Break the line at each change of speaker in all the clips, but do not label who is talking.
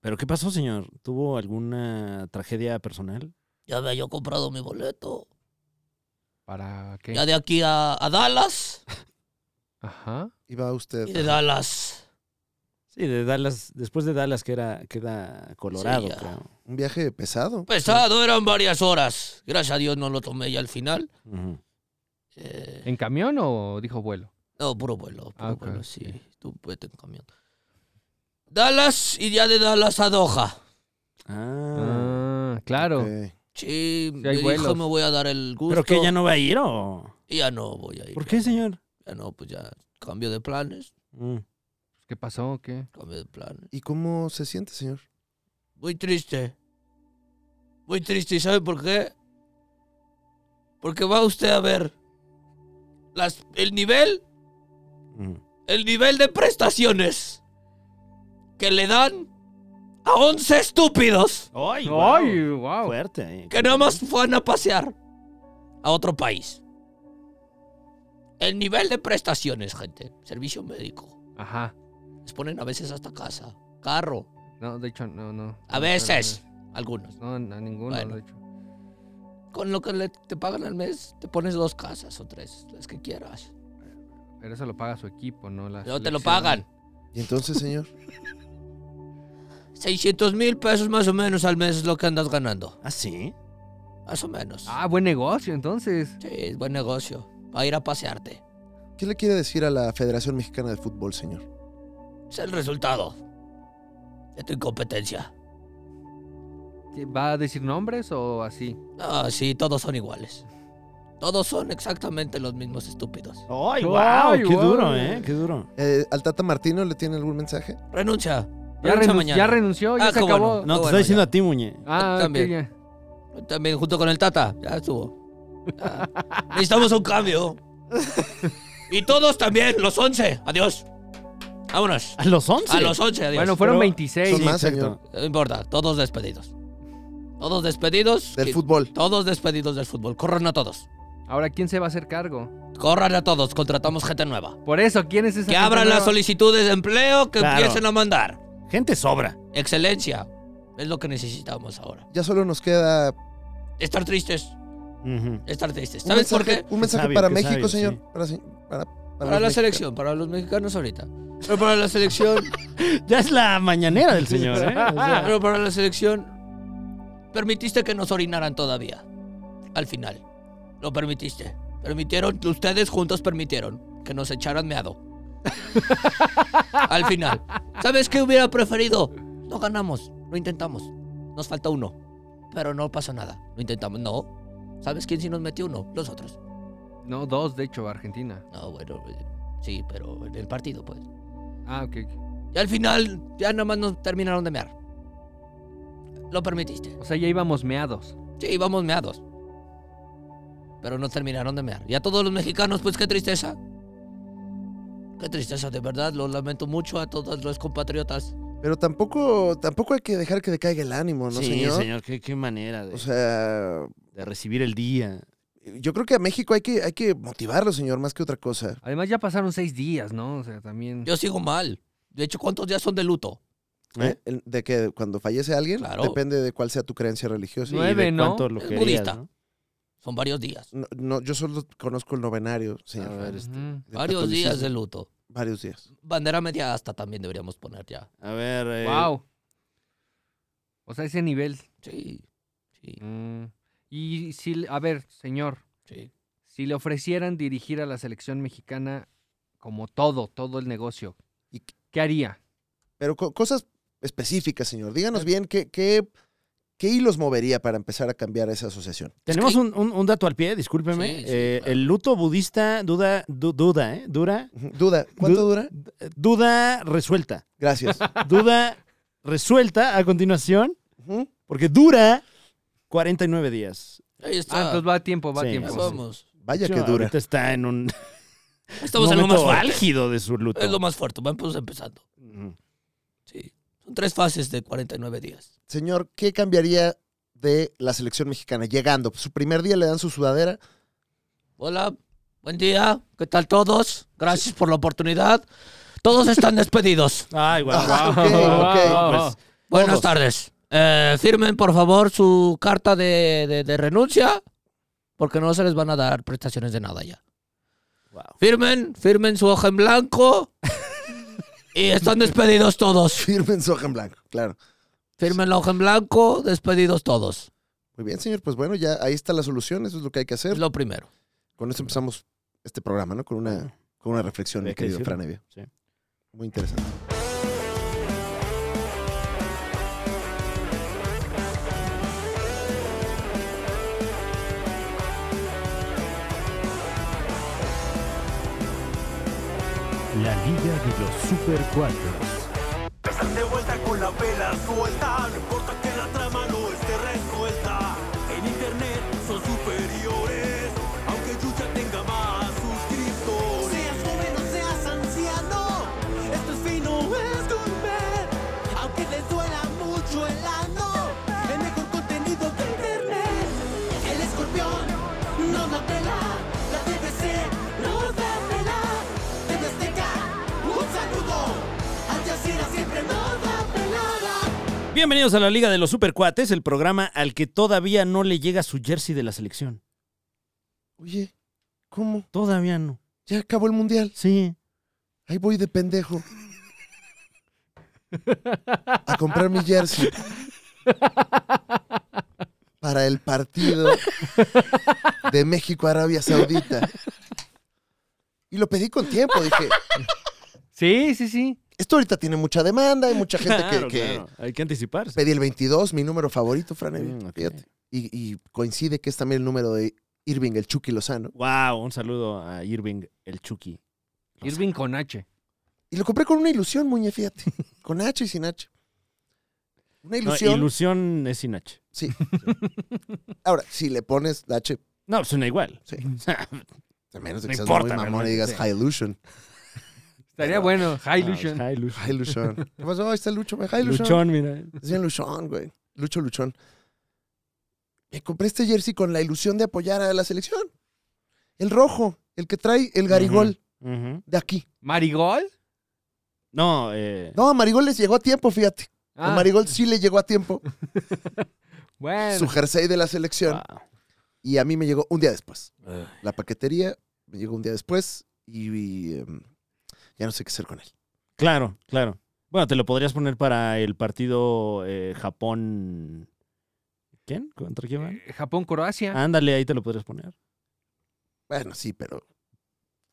¿Pero qué pasó, señor? ¿Tuvo alguna tragedia personal?
Ya había yo comprado mi boleto.
¿Para qué?
Ya de aquí a, a Dallas.
Ajá.
Iba usted.
Y de Dallas.
Sí, de Dallas, después de Dallas que era, queda Colorado,
Sí, ya.
creo.
Un viaje pesado.
Pesado, eran varias horas. Gracias a Dios no lo tomé ya al final.
Ujú.
Eh,
¿En camión o dijo vuelo?
No, puro vuelo, puro
Ah, ok,
vuelo, sí. Tú vete en camión. Dallas y ya de Dallas a Doha.
Ah.
Ah, claro.
Ok.
Sí,
hay
me dijo,
vuelos.
me voy a dar el gusto.
¿Pero qué, ya no va a ir o...?
Y ya no voy a ir.
¿Por qué, señor?
Ya no, pues ya cambio de planes,
Mm.
¿Qué pasó? o ¿Qué?
cambio de planes.
¿Y cómo se siente, señor?
Muy triste. Muy triste, ¿y sabe por qué? Porque va usted a ver las, el nivel
Mm.
el nivel de prestaciones que le dan a 11 estúpidos
¡Ay,
¡Ay, wow!
Fuerte. eh.
que nada más fueron a pasear a otro país. El nivel de prestaciones, gente. Servicio médico.
Ajá.
Les ponen a veces hasta casa, carro,
No, de hecho, no, no. Pues
a veces, algunos.
No, no, ninguno,
Bueno.
de hecho.
Con lo que le- te pagan al mes, te pones dos casas o tres, las que quieras.
Pero eso lo paga su equipo, no la.
Luego te lo
selección.
pagan.
¿Y entonces, señor?
600 mil pesos más o menos al mes es lo que andas ganando.
¿Ah, sí?
Más o menos.
Ah, buen negocio, entonces.
Sí, es buen negocio. Va a ir a pasearte.
¿Qué le quiere decir a la Federación Mexicana de Fútbol, señor?
Es el resultado de tu incompetencia.
¿Va a decir nombres o así?
Ah, sí, todos son iguales. Todos son exactamente los mismos estúpidos.
¡Ay,
guau!
wow! ¡Qué duro, eh! ¡Qué duro!
Eh, ¿Al Tata Martino le tiene algún mensaje?
Renuncia.
Ya,
Renuncia
renun-
mañana.
ya renunció, ya
Ah,
se
cómo
acabó.
no.
No, te
bueno,
está diciendo
ya.
a ti, Muñe.
Ah,
Yo
también.
también. También junto con el Tata. Ya estuvo. Ya. Necesitamos un cambio. Y todos también, los 11. Adiós. Vámonos.
¿A los 11?
A los 11, adiós.
Bueno, fueron
Pero-
26.
Son más, señor.
No importa, todos despedidos. Todos despedidos.
Del
Y-
fútbol.
Todos despedidos del fútbol. Corran a todos.
Ahora, ¿quién se va a hacer cargo?
Corran a todos. Contratamos gente nueva.
Por eso, ¿quién es esa
Que
gente
abran las
nueva?
solicitudes de empleo, que
Claro.
empiecen a mandar.
Gente sobra.
Excelencia. Es lo que necesitamos ahora.
Ya solo nos queda
Estar tristes,
Ujú.
estar tristes.
un
¿Sabes por
mensaje,
qué?
un mensaje
sabio,
para
qué sabio,
México, señor.
sí.
Para, si-
Para
para, los
la
mexicanos.
selección, para los mexicanos ahorita. Pero para la selección,
Ya es la mañanera del señor, ¿eh? O sea,
pero para la selección, permitiste que nos orinaran todavía. Al final. Lo permitiste. Permitieron, ustedes juntos permitieron que nos echaran meado. Al final. ¿Sabes qué hubiera preferido? No ganamos, lo intentamos. Nos falta uno. Pero no pasa nada. Lo intentamos. No. ¿Sabes quién sí nos metió uno? Los otros.
No, dos, de hecho, Argentina.
No, bueno, eh, sí, pero en el partido, pues.
Ah, ok. ok.
Y al final, ya nada más nos terminaron de mear. Lo permitiste.
O sea, ya íbamos meados.
Sí, íbamos meados. Pero no terminaron de mear. Y a todos los mexicanos, pues qué tristeza. Qué tristeza, de verdad. Lo lamento mucho a todos los compatriotas.
Pero tampoco, tampoco hay que dejar que decaiga el ánimo, ¿no,
sí,
señor?
señor, qué, qué manera de,
O sea,
de recibir el día.
yo creo que a México hay que, hay que motivarlo, señor, más que otra cosa. ¿eh?
Además, ya pasaron seis días, ¿no? O sea, también.
Yo sigo mal. De hecho, ¿cuántos días son de luto?
¿Eh?
El- De que cuando fallece alguien,
Claro.
depende de cuál sea tu creencia religiosa.
Sí,
Nueve,
de
¿no?
cuánto lo
Es
querías,
budista.
¿no?
Son varios días.
No, no, yo solo conozco el novenario, señor.
A ver, este,
Ujú.
del
Varios días de
catolicismo.
luto.
Varios días.
Bandera media hasta también deberíamos poner ya.
A ver, eh,
Wow. O sea, ese nivel.
Sí, sí,
Mm. Y si, le- a ver, señor,
sí.
si le ofrecieran dirigir a la selección mexicana como todo, todo el negocio,
¿Y qué-
¿qué haría?
Pero co- cosas específicas, señor. Díganos bien qué, qué, qué hilos movería para empezar a cambiar esa asociación.
Tenemos
que-
un, un- un dato al pie, discúlpeme.
Sí, sí,
Eh,
claro.
El luto budista duda, du- duda, ¿eh? Dura,
Ujú. Duda, ¿cuánto
Du-
dura?
eh, duda resuelta.
Gracias.
Duda resuelta a continuación,
Ujú.
porque dura 49 días.
Ahí
Ah,
está.
entonces va a tiempo, va a
Sí,
Ya
tiempo.
sí,
pues vamos.
Vaya
Yo
que dura.
Ahorita está en un
Estamos en lo
momento
más fuerte.
álgido de su luto.
Es lo más fuerte. Vamos empezando.
Ujú.
Sí. Son tres fases de 49 días.
Señor, ¿qué cambiaría de la selección mexicana? Llegando, su primer día le dan su sudadera.
Hola, buen día. ¿Qué tal todos? Gracias por la oportunidad. Todos están despedidos.
Ay, guau.
Ah,
guau,
ok,
guau,
ok.
guau. Pues,
Buenas
Todos.
tardes. Eh, firmen, por favor, su carta de, de- de renuncia, porque no se les van a dar prestaciones de nada ya.
Wow.
Firmen, firmen su hoja en blanco. y están despedidos todos.
Firmen su hoja en blanco, claro.
Firmen la hoja en blanco, despedidos todos.
Muy bien, señor. Pues bueno, ya ahí está la solución. Eso es lo que hay que
Eh,
hacer.
Es lo primero.
Con eso empezamos este programa, ¿no? Con una, con una reflexión,
Había
mi
que
querido
decirlo.
Franevia.
Sí.
Muy interesante.
La Liga de los Super Cuatros.
Están de vuelta con la vela suelta, no importa que la trama no esté resuelta. En internet son superiores, aunque Yuya tenga más suscriptores. Seas joven o seas anciano, esto es fino, es comer. Aunque les duela mucho el ano, el mejor contenido de internet. El escorpión no la pela, la TVC no da pela. TV Azteca, un saludo, Al Jazeera siempre no da pelada.
Bienvenidos a la Liga de los Supercuates, el programa al que todavía no le llega su jersey de la selección.
Oye, ¿cómo?
Todavía no.
Ya acabó el mundial.
Sí.
Ahí voy de pendejo. A comprar mi jersey. Para el partido de México-Arabia Saudita. Y lo pedí con tiempo. Dije,
Sí, sí, sí.
esto ahorita tiene mucha demanda. Hay mucha gente que,
Claro,
que
claro. Hay que anticiparse.
pedí el 22, mi número favorito, Fran. Evia,
Mm, ok.
fíjate. y, y coincide que es también el número de Irving, el Chucky Lozano.
Wow, un saludo a Irving, el Chucky.
Irving con H.
Y lo compré con una ilusión, muñe, fíjate. Con H y sin H. Una
No,
ilusión.
ilusión es sin H.
Sí. Ahora, si le pones la H,
No, suena igual. Ah,
Sí.
O sea,
a menos de
Mm. No
que seas
importa,
muy mamón
¿verdad?
y digas
Sí.
High Illusion.
Estaría bueno. High Illusion.
Ah, ilusión.
High Illusion. ¿Qué pasó? Ahí está Lucho, güey. High Illusion.
Luchón, mira.
Es bien Luchón, güey. Lucho Luchón. Me compré este jersey con la ilusión de apoyar a la selección. El rojo, el que trae el Garigol
Ujú.
de aquí.
¿Marigol?
No, eh,
No, a Marigol les llegó a tiempo, fíjate. A
Ah,
Marigol sí le llegó a tiempo su
bueno.
jersey de la selección.
wow.
Y a mí me llegó un día después. La paquetería me llegó un día después y, y, em, ya no sé qué hacer con él.
Claro, claro. Bueno, te lo podrías poner para el partido eh, Japón. ¿Quién? ¿Contra quién van?
Japón, Croacia.
Ándale, ahí te lo podrías poner.
Bueno, sí, pero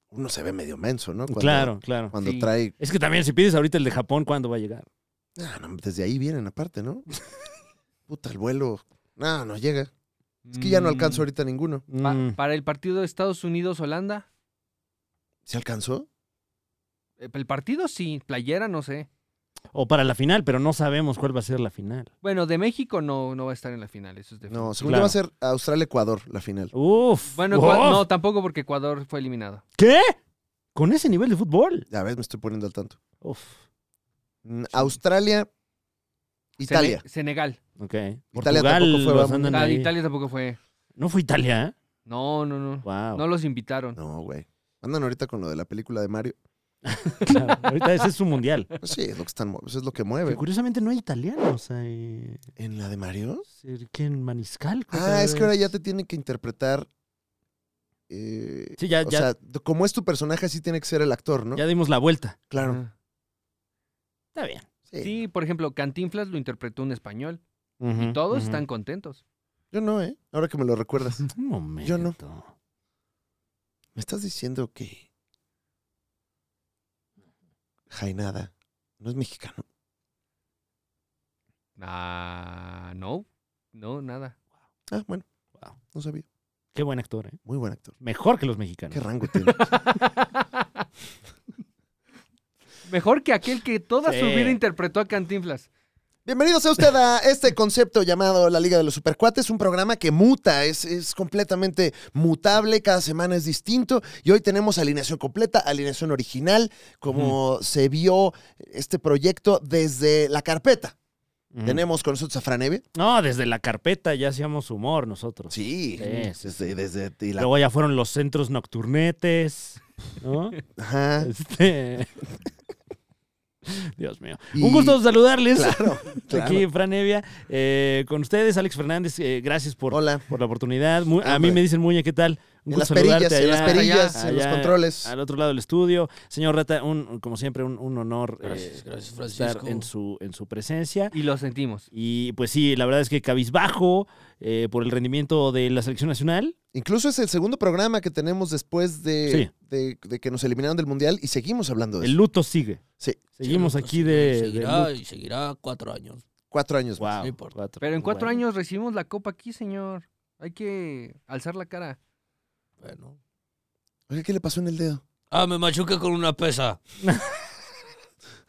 uno se ve medio menso, ¿no? Cuando-
claro, claro.
Cuando
Sí.
trae.
Es que también si pides ahorita el de Japón, ¿cuándo va a llegar?
Ah, no, desde ahí vienen aparte, ¿no? Puta, el vuelo. No, no llega. Es que ya no
Mm.
alcanzo ahorita ninguno.
Pa-
Mm.
Para el partido de Estados Unidos-Holanda.
¿Se alcanzó?
Eh, El partido sí, playera no sé.
O para la final, pero no sabemos cuál va a ser la final.
Bueno, de México no, no va a estar en la final, eso es definitivo.
No, según
Claro.
yo va a ser Australia-Ecuador la final.
Uf.
Bueno,
uf.
Ecua- no, tampoco porque Ecuador fue eliminado.
¿Qué? Con ese nivel de fútbol.
Ya ves, me estoy poniendo al tanto.
Uf.
Mm, Australia,
Sene-
Italia.
Senegal.
Ok.
Italia tampoco fue,
los
vamos.
andan
Ah,
ahí.
Italia tampoco fue.
No fue Italia, ¿eh?
No, no, no.
Wow.
No los invitaron.
No, güey. Andan ahorita con lo de la película de Mario.
Claro, Ahorita ese es su mundial.
Pues sí, es lo que, están, mo- pues es lo que
Que
mueve.
curiosamente no hay italianos. Hay...
¿En la de Mario?
en Maniscal. creo
Ah, es que ahora
es.
ya te tienen que interpretar. eh,
Sí, ya,
o
ya,
sea, t- como es tu personaje, así tiene que ser el actor, ¿no?
ya dimos la vuelta.
Claro.
Ah.
Está bien.
Sí.
Sí, por ejemplo, Cantinflas lo interpretó un español. Todos están contentos.
Yo no, ¿eh? Ahora que me lo recuerdas.
Un momento.
Yo no. ¿Me estás diciendo que. Jainada no es mexicano?
Ah, no. No, nada.
Ah, bueno.
Wow.
No sabía.
Qué buen actor, ¿eh?
Muy buen actor.
Mejor que los
¿Qué
mexicanos.
rango tiene?
Mejor que aquel que toda su
Sí.
vida interpretó a Cantinflas.
Bienvenidos a usted a este concepto llamado La Liga de los Supercuates, un programa que muta, es, es completamente mutable, cada semana es distinto y hoy tenemos alineación completa, alineación original, como se vio este proyecto desde la carpeta.
Ujú.
Tenemos con nosotros a Franeve.
No, desde la carpeta ya hacíamos humor nosotros. Sí,
Sí, desde, desde y la-
Luego ya fueron los centros nocturnetes, ¿no?
Ajá.
Este, Dios mío.
Y-
Un gusto saludarles.
Claro, claro.
Aquí, Fran Evia, eh, con ustedes, Alex Fernández, eh, gracias por,
Hola.
por la oportunidad. Mu- a
Hombre.
mí me dicen, Muña, ¿qué tal? Un
En
gusto
las perillas,
saludarte
en las
allá-
perillas,
allá-
en los
allá
controles.
Al otro lado del estudio. Señor Rata, un, como siempre, un, un honor eh,
Gracias, gracias,
estar
Francisco.
en su, en su presencia.
Y lo sentimos.
Y pues sí, la verdad es que cabizbajo eh, por el rendimiento de la selección nacional.
Incluso es el segundo programa que tenemos después de,
Sí.
de- de que nos eliminaron del Mundial y seguimos hablando de
El
eso.
luto sigue.
Sí.
Seguimos
Sí,
aquí
sí,
de, de
Seguirá
luto.
y seguirá cuatro años.
Cuatro años más.
Wow,
no importa.
cuatro.
Pero en cuatro
Bueno.
años recibimos la copa aquí, señor. Hay que alzar la cara.
Bueno.
Oiga, ¿qué le pasó en el dedo?
Ah, me machuqué con una pesa.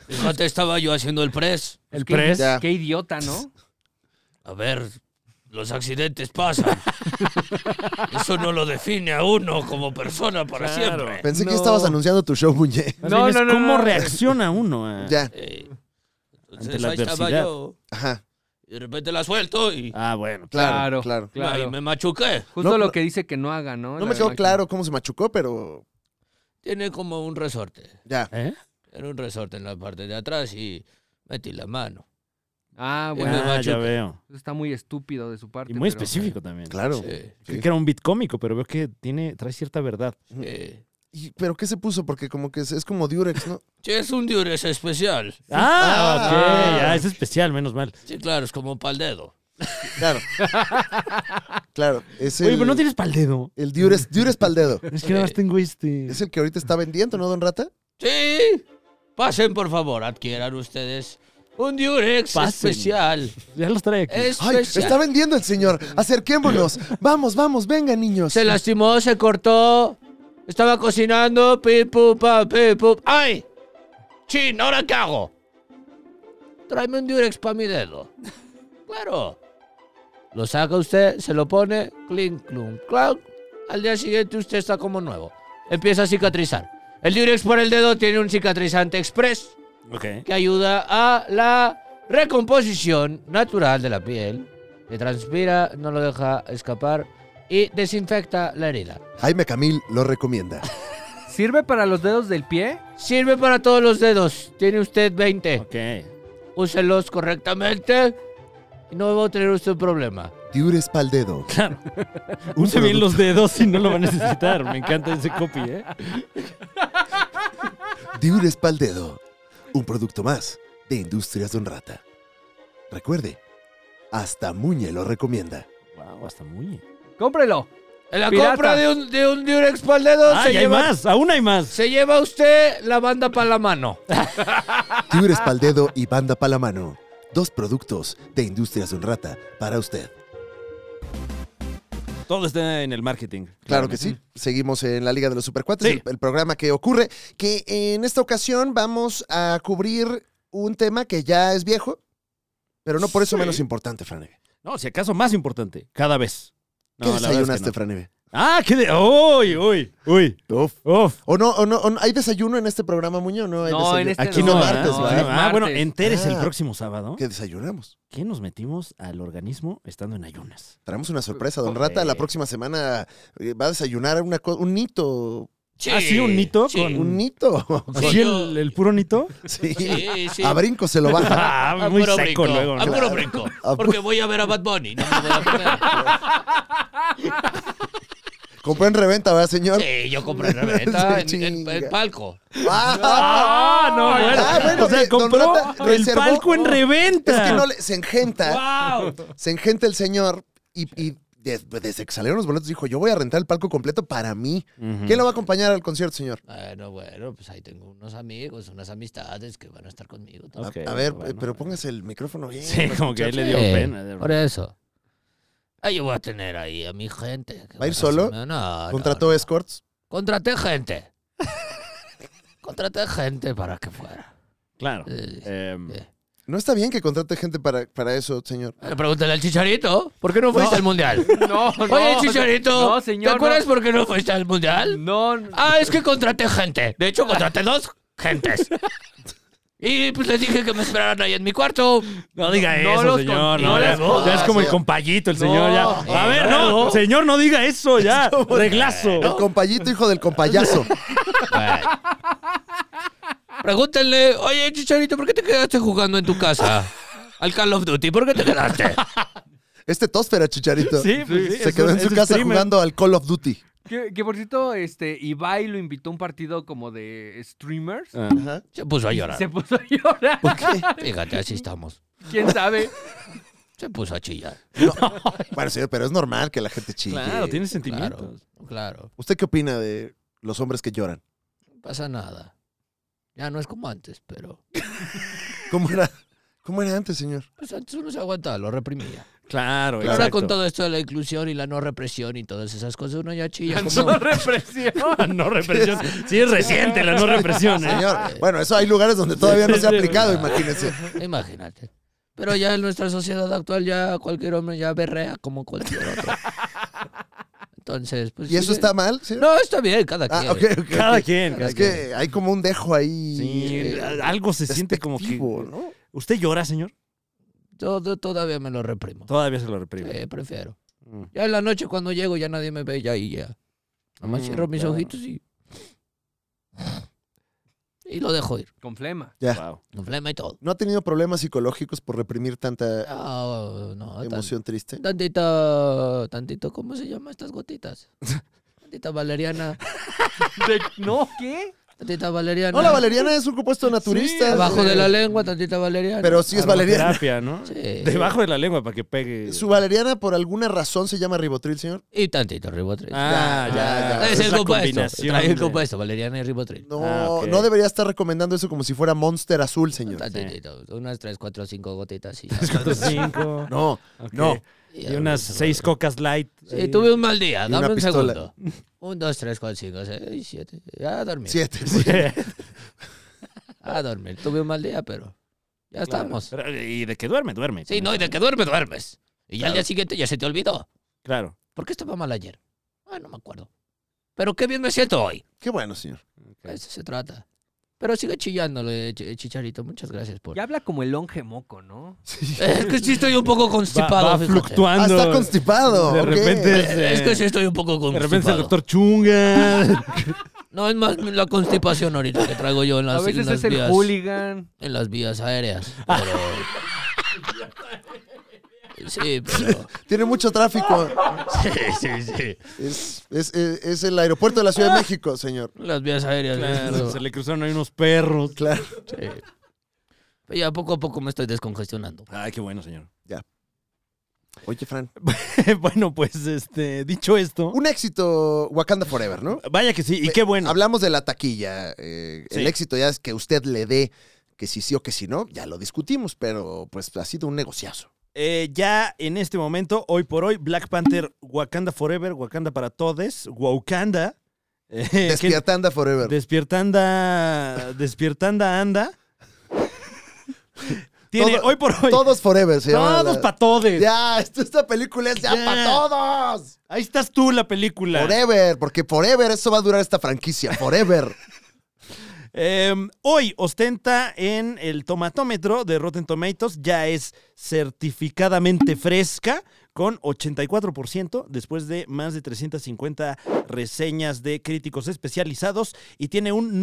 Fíjate, estaba yo haciendo el press.
El
Pues qué-
press.
Ya.
Qué idiota, ¿no?
A ver, los accidentes pasan. Eso no lo define a uno como persona para
Claro.
siempre.
Pensé que
No.
estabas anunciando tu show, Muñe.
Más
No,
bien es
no, no,
¿Cómo
no.
reacciona uno? a-
Ya,
Eh, entonces
Ante la
ahí estaba
adversidad.
yo.
ajá.
Y de repente la suelto y,
Ah, bueno.
Claro, claro.
Claro.
y
Claro.
me machuqué.
Justo
No,
lo
no-
que dice que no haga, ¿no?
No
La
me quedó
máquina.
claro cómo se machucó, pero
Tiene como un resorte.
ya.
¿Eh?
Era un resorte en la parte de atrás y metí la mano.
Ah, bueno.
me
Ah, ya
machuca.
veo.
Eso está muy estúpido de su parte.
Y muy
pero-
específico también.
Claro.
Sí,
Creí que era un beat cómico, pero veo que tiene, trae cierta verdad.
sí.
Y- ¿Pero qué se puso? Porque como que es, es como Durex, ¿no?
Sí, es un diures especial.
Ah, ok.
Ah.
ya, es especial, menos mal.
Sí, claro, es como pa'l dedo.
Claro. Claro. Es el,
Oye, pero no tienes pal dedo.
el Durex, Durex pa'l dedo.
Es que nada más
Eh.
tengo este.
Es el que ahorita está vendiendo, ¿no, Don Rata?
Sí. Pasen, por favor, adquieran ustedes un diurex
Pasen.
especial.
Ya los trae aquí.
¡Ay!
Especial.
Está vendiendo el señor. Acerquémonos. Vamos, vamos, venga, niños.
Se lastimó, se cortó. Estaba cocinando. Pip, pup, pa, pip, pup. ¡Ay! ¡Chin! ¿Ahora qué hago? Tráeme un Durex para mi dedo. Claro. Lo saca usted, se lo pone, clink, clum, clac. Al día siguiente usted está como nuevo. Empieza a cicatrizar. El Durex por el dedo tiene un cicatrizante express
Ok.
que ayuda a la recomposición natural de la piel, que transpira, no lo deja escapar y desinfecta la herida.
Jaime Camil lo recomienda.
¿Sirve para los dedos del pie?
Sirve para todos los dedos. Tiene usted 20.
Ok.
Úselos correctamente y no va a tener usted problema.
Diures pa'l dedo.
Claro.
Un
Use bien
producto-
los dedos y no lo va a necesitar. Me encanta ese copy, ¿eh?
Diures pa'l dedo. Un producto más de Industrias Don Rata. Recuerde, hasta Muñe lo recomienda.
Wow, hasta muy.
¡Cómprelo!
En la
Pirata.
compra de un, de un Durex para el dedo
Ah,
se,
y hay
lleva,
más. Aún hay más.
se lleva usted la banda para la mano.
Diures pa'l dedo y banda pa'l la mano. Dos productos de Industrias Don Rata para usted.
Todo está en el marketing.
Claro que sí. Seguimos en la Liga de los Supercuates,
Sí.
el, el programa que ocurre, que en esta ocasión vamos a cubrir un tema que ya es viejo, pero no por eso
Sí.
menos importante, Franeve.
No, si acaso más importante. Cada vez.
¿Qué
No, la verdad es que
desayunaste,
no.
Franeve?
Ah, qué de. ¡Uy, uy, uy!
Uf.
¡Uf!
¿O no, o no, o no- ¿Hay desayuno en este programa, Muñoz? No, hay
No,
desayuno.
en este
Aquí
no,
no,
¿verdad?
martes,
no,
¿verdad?
es
Ah, bueno,
martes.
enteres el
Ah.
próximo sábado.
¿Qué desayunamos?
¿Qué nos metimos al organismo estando en ayunas?
Traemos una sorpresa, don
Joder.
Rata. La próxima semana eh, va a desayunar una co- un nito.
Ah, sí, un nito con-
Un nito.
Sí,
¿Sí,
yo-
el, el puro nito?
Sí.
Sí, sí.
A brinco se lo baja.
Ah,
A
muy
puro
seco
brinco,
luego.
A
¿no?
puro brinco.
A
Porque voy a ver a Bad Bunny. No me voy a perder.
Compró en reventa, ¿verdad, señor?
Sí, yo compré una reventa
Sí,
en, en- en
chinga.
palco.
¡Ah!
¡Ah, no! Bueno.
Ah, bueno,
o sea,
eh, don
compró
Rata
el
reservó-
palco en
Es
reventa.
que no le- se engenta,
¡Wow!
se engenta el señor y, y de- desde que salieron los boletos dijo, yo voy a rentar el palco completo para mí.
Mm.
¿Quién lo va a acompañar al concierto, señor?
Bueno, bueno, pues ahí tengo unos amigos, unas amistades que van a estar conmigo.
A-
Ok,
a, ver,
bueno.
eh, pero póngase el micrófono bien.
Sí,
para
como que ahí
escuchar.
le dio
Eh,
pena. de-
Por eso. Ah, yo voy a tener ahí a mi gente. que
¿Va a ir
van
solo?
hacerme- No, no,
Ah, Contrató
no.
escorts.
Contraté gente. Contraté gente para que fuera.
Claro.
Sí, sí,
Em,
sí.
No está bien que contrate gente para, para eso, señor.
Eh, Pregúntale al Chicharito, ¿por qué no fuiste al Mundial?
No, no.
Oye, Chicharito,
No, señor.
¿te acuerdas
no.
por qué no fuiste al Mundial?
No, no.
Ah, es que contraté gente. De hecho, contraté dos gentes. Y pues les dije que me esperaran ahí en mi cuarto.
No diga
No
eso,
los
señor.
con-
No,
no
ya,
las con-
ya es como el
no.
compayito, el señor. Ya.
No.
A ver, no,
No.
señor, no diga eso, ya. Reglazo.
El compayito, hijo del compayazo.
Bueno. Pregúntenle, oye, Chicharito, ¿por qué te quedaste jugando en tu casa? Al Call of Duty, ¿por qué te quedaste?
Este tósfera, chicharito.
Sí, pues sí,
Se
es
quedó
un-
en
es
su
un
casa
streamer.
jugando al Call of Duty.
Que, que por cierto, este, Ibai lo invitó a un partido como de streamers.
Ah.
Ajá.
Se puso a llorar.
Se puso a llorar.
Fíjate, así estamos.
¿Quién sabe?
Se puso a chillar.
Bueno, señor, pero es normal que la gente chille.
Claro, Ah, tiene sentimientos.
Claro,
¿Usted qué opina de los hombres que lloran?
no pasa nada. Ya no es como antes, pero...
¿Cómo era, cómo era antes, señor?
Pues antes uno se aguantaba, lo reprimía.
Claro,
Pero ahora
exacto.
con todo esto de la inclusión y la no represión y todas esas cosas, uno ya chilla. como-
No represión.
La no represión. Sí, es reciente la no represión, ¿eh?
Señor, bueno, eso hay lugares donde todavía no se ha
Sí,
aplicado,
¿verdad?
imagínese.
Imagínate. Pero ya en nuestra sociedad actual ya cualquier hombre ya berrea como cualquier otro. Entonces, pues...
¿Y eso
sí,
está mal, señor?
No, está bien, cada quien.
Ah, ok, ok.
Cada quien. cada
Es
quien.
que hay como un dejo ahí.
Sí,
eh,
algo se siente como que.
despectivo, ¿no?
¿Usted llora, señor?
Yo, yo todavía me lo reprimo.
Todavía se lo reprime.
Sí, prefiero.
Mm.
Ya en la noche cuando llego ya nadie me ve, ya y ya. Nomás
Mm,
cierro mis
claro.
ojitos y... Y lo dejo ir.
Con flema.
Wow.
Con flema y todo.
¿No ha tenido problemas psicológicos por reprimir tanta
Ah, no, tan-
emoción ¿eh? triste?
tantito, tantito, ¿cómo se llama estas gotitas? Tantita valeriana,
De- ¿No? ¿Qué?
tantita valeriana.
No, la valeriana es un compuesto naturista.
Abajo
eh,
de la lengua, tantita valeriana.
Pero sí es valeriana.
Terapia, ¿no?
Sí.
Debajo de la lengua para que pegue.
Su valeriana por alguna razón se llama ribotril, señor.
Y tantito ribotril.
Ah,
Ya,
ya,
ya, ya.
ya.
Traes
Es
el
la
compuesto.
combinación
Traes el
de-
compuesto, valeriana y ribotril.
No,
Ah, ok.
no debería estar recomendando eso como si fuera Monster Azul, señor.
Tantito, unas 3, 4, 5 gotitas. Y,
Cuatro, cinco.
No,
Ok.
no.
Y unas seis cocas light.
Sí,
ahí.
tuve un mal día,
una
dame un
pistola.
segundo. Un, dos, tres, cuatro, cinco, seis, siete. Ya a dormir.
siete.
A dormir. Tuve un mal día, pero ya estamos.
Pero, Y de que duerme, duerme.
Sí, no, y de que duerme, duermes. Y ya
Claro.
al día siguiente ya se te olvidó.
Claro.
¿Por qué estaba mal ayer? Ah, no me acuerdo. Pero qué bien me siento hoy.
Qué bueno, señor.
De Eso se trata. Pero sigue chillándole, Ch- Chicharito. Muchas gracias por...
Ya habla como el longe moco, ¿no?
Es que sí estoy un poco
Va,
constipado.
va
fíjate.
Ah,
fluctuando.
está constipado.
De
ok.
repente es,
Eh, Es
eh,
que sí estoy un poco
De
constipado.
repente es el doctor Chunga.
No, es más la constipación ahorita que traigo yo en las,
A veces
en las
es el
vías,
hooligan.
en las vías aéreas. Pero... sí, pero...
Tiene mucho tráfico.
Sí, sí, sí.
Es, es- es- es el aeropuerto de la Ciudad de México, señor.
Las vías aéreas.
Claro,
eso.
se le cruzaron ahí unos perros.
Claro.
Pero ya poco a poco me estoy descongestionando.
Ay, qué bueno, señor.
Oye, Fran.
bueno, pues este, dicho esto,
Un éxito Wakanda Forever, ¿no?
vaya que sí, y qué bueno.
Hablamos de la taquilla. eh,
Sí.
El éxito ya es que usted le dé que si sí o que si no. Ya lo discutimos, pero pues ha sido un negociazo.
Eh, ya en este momento, hoy por hoy, Black Panther, Wakanda Forever, Wakanda para Todes, Wakanda. eh, que-
Despiertanda Forever.
despiertanda. Despiertanda anda. Tiene
Todo-
hoy por hoy.
Todos Forever, se llama
todos
la-
para Todes.
Ya, esto- esta película es ya,
Ya.
para todos.
Ahí estás tú la película.
Forever, porque Forever eso va a durar esta franquicia. Forever.
Em, hoy ostenta en el tomatómetro de Rotten Tomatoes, ya es certificadamente fresca con 84% después de más de 350 reseñas de críticos especializados y tiene un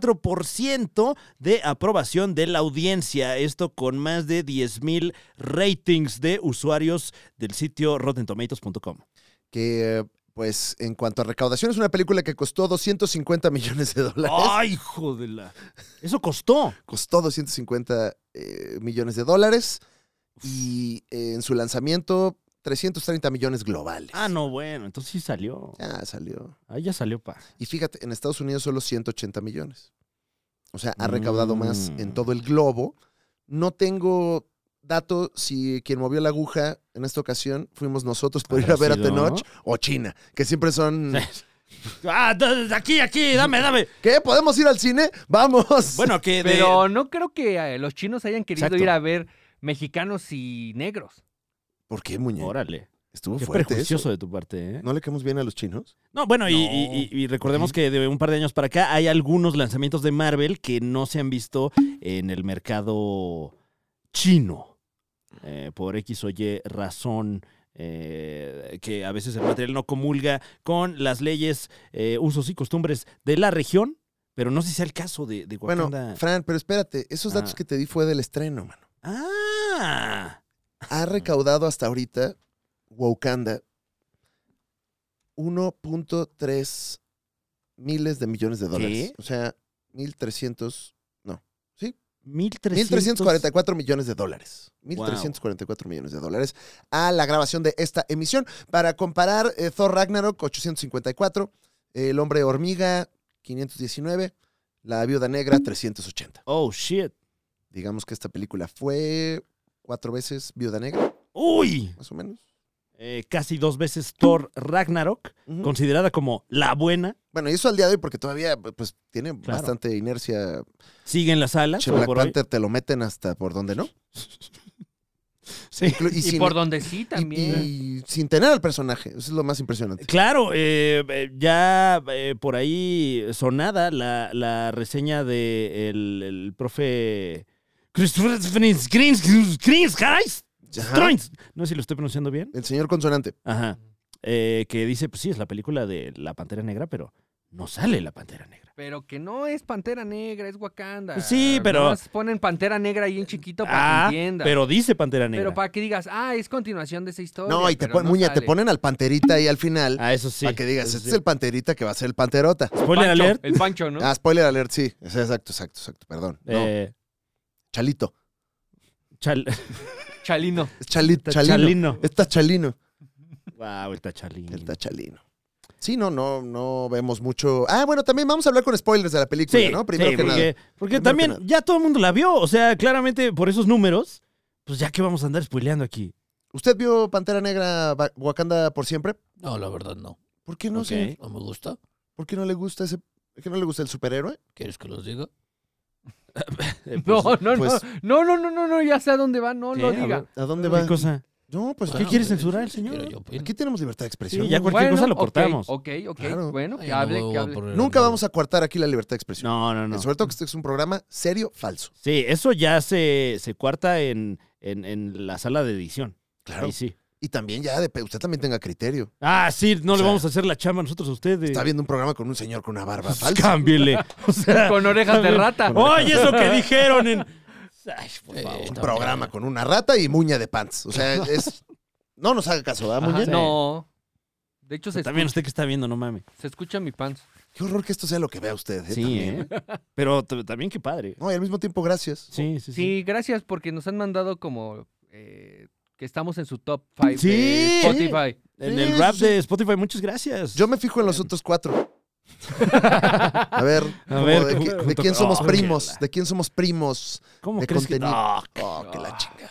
94% de aprobación de la audiencia, esto con más de 10.000 ratings de usuarios del sitio rottentomatoes.com.
que eh, pues en cuanto a recaudación es una película que costó 250 millones de dólares.
¡Ay, hijo de la! Eso costó.
Costó 250 eh, millones de dólares y eh, en su lanzamiento 330 millones globales.
Ah, no, bueno, entonces sí salió.
Ya salió.
Ahí ya salió, pa.
Y fíjate, en Estados Unidos solo 180 millones. O sea, ha recaudado más en
Mm.
todo el globo. No tengo dato si quien movió la aguja en esta ocasión fuimos nosotros por ir a ver a
¿Habrá sido?
Tenoch o China, que siempre son...
Ah, da- da- aquí, aquí, dame, dame.
¿Qué? ¿Podemos ir al cine? ¡Vamos!
Bueno, que de-
Pero no creo que eh, los chinos hayan querido
Exacto.
ir a ver mexicanos y negros.
¿Por qué, muñeco?
Órale,
Estuvo
qué
fuerte eso.
prejuicioso de tu parte, ¿eh?
¿No le caemos bien a los chinos?
No, bueno, y, y- y- y recordemos que de un par de años para acá hay algunos lanzamientos de Marvel que no se han visto en el mercado chino. eh, por X o Y razón. eh, que a veces el material no comulga con las leyes, eh, usos y costumbres de la región. Pero no sé si sea el caso de, de
Bueno,
Wakanda.
Fran, pero espérate, esos datos
Ah.
que te di fue del estreno, mano.
ah,
Ha recaudado hasta ahorita Wakanda 1.3 miles de millones de dólares.
¿Qué?
O sea, 1.300,
1300.
1.344 millones de dólares. 1.344 millones de dólares a la grabación de esta emisión. Para comparar, eh, Thor Ragnarok 854, El Hombre Hormiga 519, La Viuda Negra 380.
Oh, shit.
Digamos que esta película fue cuatro veces Viuda Negra,
Uy.
más o menos.
Eh, casi dos veces Thor Ragnarok,
Ujú.
considerada como la buena.
Bueno, y eso al día de hoy porque todavía pues tiene
Claro.
bastante inercia.
Sigue en las salas.
Che,
hoy
Black
por hoy.
Panther te lo meten hasta por donde no.
Sí.
Inclu-
Y,
sin- e-,
por donde sí también.
¿eh?
y- y sin tener al personaje. Eso es lo más impresionante.
Claro, eh, eh, ya eh, por ahí sonada la, la reseña de el, el profe Christopher Frins- Grins- Grins- Grins- Grins-
Ajá.
Stroins. No sé si lo estoy pronunciando bien.
El señor consonante.
Ajá. Eh, que dice, pues sí, es la película de La Pantera Negra, pero no sale La Pantera Negra.
Pero que no es Pantera Negra, es Wakanda.
Pues sí, pero-
Nomás ponen Pantera Negra ahí en chiquito para
Ah,
que entiendas.
pero dice Pantera Negra.
Pero para que digas, ah, es continuación de esa historia.
No, y te
pero
ponen,
no
Muña,
sale.
te ponen al panterita ahí al final.
Ah, eso sí.
para que digas,
Eso
este
sí.
es el panterita que va a ser el panterota.
Spoiler
Pancho,
alert.
El Pancho, ¿no?
Ah, spoiler alert, sí. Es- Exacto, exacto, exacto. Perdón. No,
Eh,
Chalito.
Chal-
Chalino.
Es Chali-
Está
Chalino.
Chalino.
Está Chalino.
Wow, está Chalino.
Está Chalino. Sí, no, no, no vemos mucho. Ah, bueno, también vamos a hablar con spoilers de la película,
Sí,
¿no? Primero
sí,
que
porque,
nada.
porque
Primero
también
que nada.
ya todo el mundo la vio. O sea, claramente por esos números, pues ya que vamos a andar spoileando aquí.
¿Usted vio Pantera Negra Ba- Wakanda por siempre?
No, la verdad no.
¿Por qué no,
Ok.
señor?
No me gusta.
¿Por qué no le gusta ese? ¿Por qué no le gusta el superhéroe?
¿Quieres que los diga?
Eh,
No,
pues,
no,
pues-
no. No, no, no, no, no, ya sé a dónde va, no
¿Qué?
lo
A
diga.
ver,
¿A dónde
¿Qué
va?
cosa?
No, pues
¿Qué
aquí,
quiere censurar el señor?
aquí tenemos libertad de expresión.
Sí, ya cualquier cosa lo
ok,
cortamos.
Ok, ok,
Claro.
bueno, que hable, que hable.
Nunca vamos a coartar aquí la libertad de expresión.
No, no, no.
Sobre todo que este es un programa serio, falso.
Sí, eso ya se, se cuarta en, en, en la sala de edición.
Claro.
Ahí sí.
Y también ya, de- usted también tenga criterio.
Ah, sí, no
O
le
sea,
vamos a hacer la chamba nosotros a ustedes.
Está viendo un programa con un señor con una barba
Pues
falsa.
cámbiele. O sea,
Con orejas de
cámbiele.
rata.
Oye, eso que dijeron en. Ay, por
Eh,
favor.
Un programa con una rata y muña de pants. O sea, es... No nos haga caso, ¿verdad,
Ajá,
muñe?
no. De hecho, se,
También
escucha,
usted que está viendo, no mames.
se escucha mi pants.
Qué horror que esto sea lo que vea usted. ¿eh?
Sí,
También.
¿eh? Pero t- también qué padre.
No, y al mismo tiempo, gracias.
Sí, sí, sí.
Sí, gracias porque nos han mandado como eh, que estamos en su top 5
Sí.
de Spotify.
En
Sí,
el rap
sí, sí.
de Spotify, muchas gracias.
Yo me fijo en los otros cuatro. A ver, como
ver,
de,
¿cómo-
qué- de
cómo-
quién somos
oh,
primos,
mierda.
de quién somos primos
¿Cómo
de
crees que-
contenido.
Ah,
Oh, que la chingada.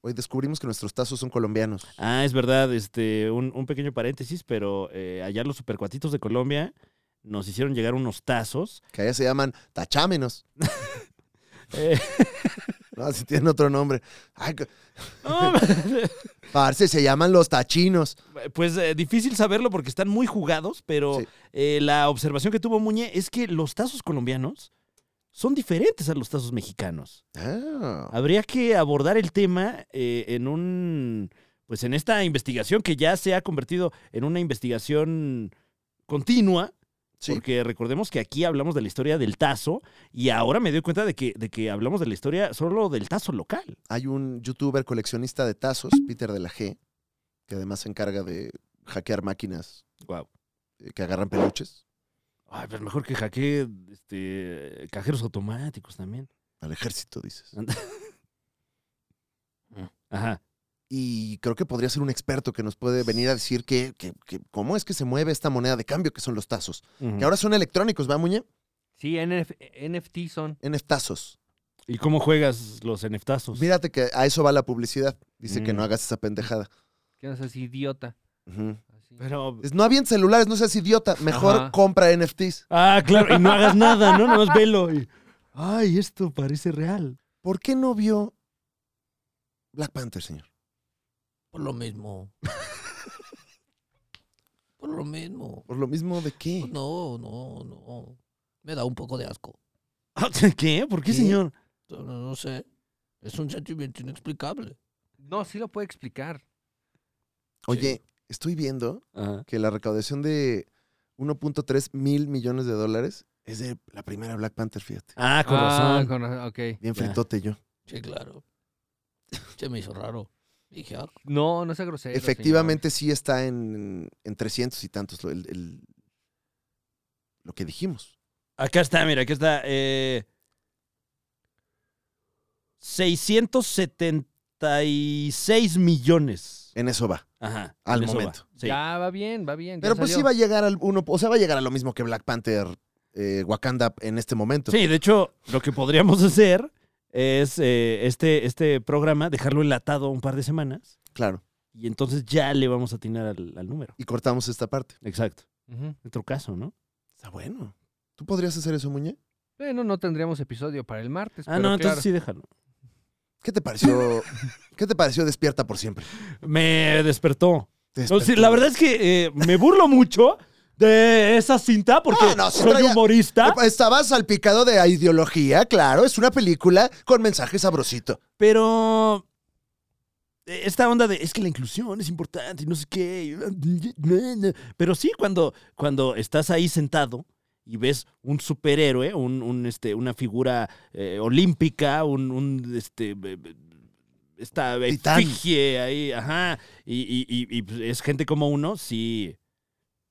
Hoy descubrimos que nuestros tazos son colombianos.
Ah, es verdad, este, un, un pequeño paréntesis, pero eh, allá los supercuatitos de Colombia nos hicieron llegar unos tazos.
Que allá se llaman tachámenos.
Eh,
No, si tienen otro nombre. Ay, que-
no,
parce, se llaman los tachinos.
pues eh, difícil saberlo porque están muy jugados, pero
Sí.
eh, la observación que tuvo Muñe es que los tazos colombianos son diferentes a los tazos mexicanos.
Ah.
Habría que abordar el tema eh, en un, pues en esta investigación que ya se ha convertido en una investigación continua.
Sí.
Porque recordemos que aquí hablamos de la historia del tazo y ahora me doy cuenta de que, de que hablamos de la historia solo del tazo local.
Hay un youtuber coleccionista de tazos, Peter de la G, que además se encarga de hackear máquinas
Wow.
eh, que agarran peluches
Ay, pero mejor que hackee este, cajeros automáticos también.
al ejército, dices.
Ajá.
Y creo que podría ser un experto que nos puede venir a decir que, que- que cómo es que se mueve esta moneda de cambio que son los tazos.
Ujú.
Que ahora son electrónicos, ¿va, Muñe?
Sí, NF NFT son.
NFTazos.
¿Y cómo juegas los eneftazos?
Mírate que a eso va la publicidad. Dice que
Mm.
no hagas esa pendejada.
Que no seas idiota.
Ujú.
Así.
Pero.
Es, no avientes celulares, no seas idiota. Mejor
Ajá.
compra NFTs.
Ah, claro, y no hagas nada, ¿no? Nomás velo. y- Ay, esto parece real.
¿Por qué no vio Black Panther, señor?
Por lo mismo. Por lo mismo.
Por lo mismo de qué.
No, no, no. Me da un poco de asco.
¿Qué? ¿Por qué,
¿Qué?
señor?
No, no sé. Es un sentimiento inexplicable.
No, sí lo puede explicar.
Oye, estoy viendo
Ajá.
que la recaudación de 1.3 mil millones de dólares Es de la primera Black Panther, fíjate.
Ah, con
Ah,
razón.
con razón, ok.
Ya.
Bien fritote yo.
Sí, claro. Se me hizo raro. Dije, ah,
No, no sea grosero.
Efectivamente sí está en, en 300 y tantos lo, el- el- lo que dijimos.
Acá está, mira, aquí está. eh, 676 millones.
En eso va.
Ajá.
Al
en eso
momento.
va,
señor.
sí.
Ya va bien, va bien. ya
Pero pues sí
salió.
va a llegar al uno, o sea, va a llegar a lo mismo que Black Panther eh, Wakanda en este momento.
Sí, de hecho, lo que podríamos hacer es eh, este, este programa, dejarlo enlatado un par de semanas
Claro.
y entonces ya le vamos a atinar al, al número.
Y cortamos esta parte.
Exacto.
Ujú.
Otro caso, ¿no?
Está bueno. ¿Tú podrías hacer eso, Muñe?
Bueno, no tendríamos episodio para el martes.
Ah,
pero
no,
claro.
entonces sí, déjalo.
¿Qué te pareció? ¿Qué te pareció Despierta por siempre?
Me despertó.
Te
No, sí,
despertó.
la verdad es que eh, me burlo mucho de esa cinta porque
Ah, no, sí
soy
traía-
humorista,
Estaba salpicado de ideología, claro. Es una película con mensaje sabrosito.
pero eh, esta onda de es que la inclusión es importante y no sé qué. Pero sí, cuando, cuando estás ahí sentado y ves un superhéroe, un, un, este, una figura eh, olímpica, un, un, este eh, esta
Titán.
efigie ahí, ajá, y, y- y- y, pues, es gente como uno, sí,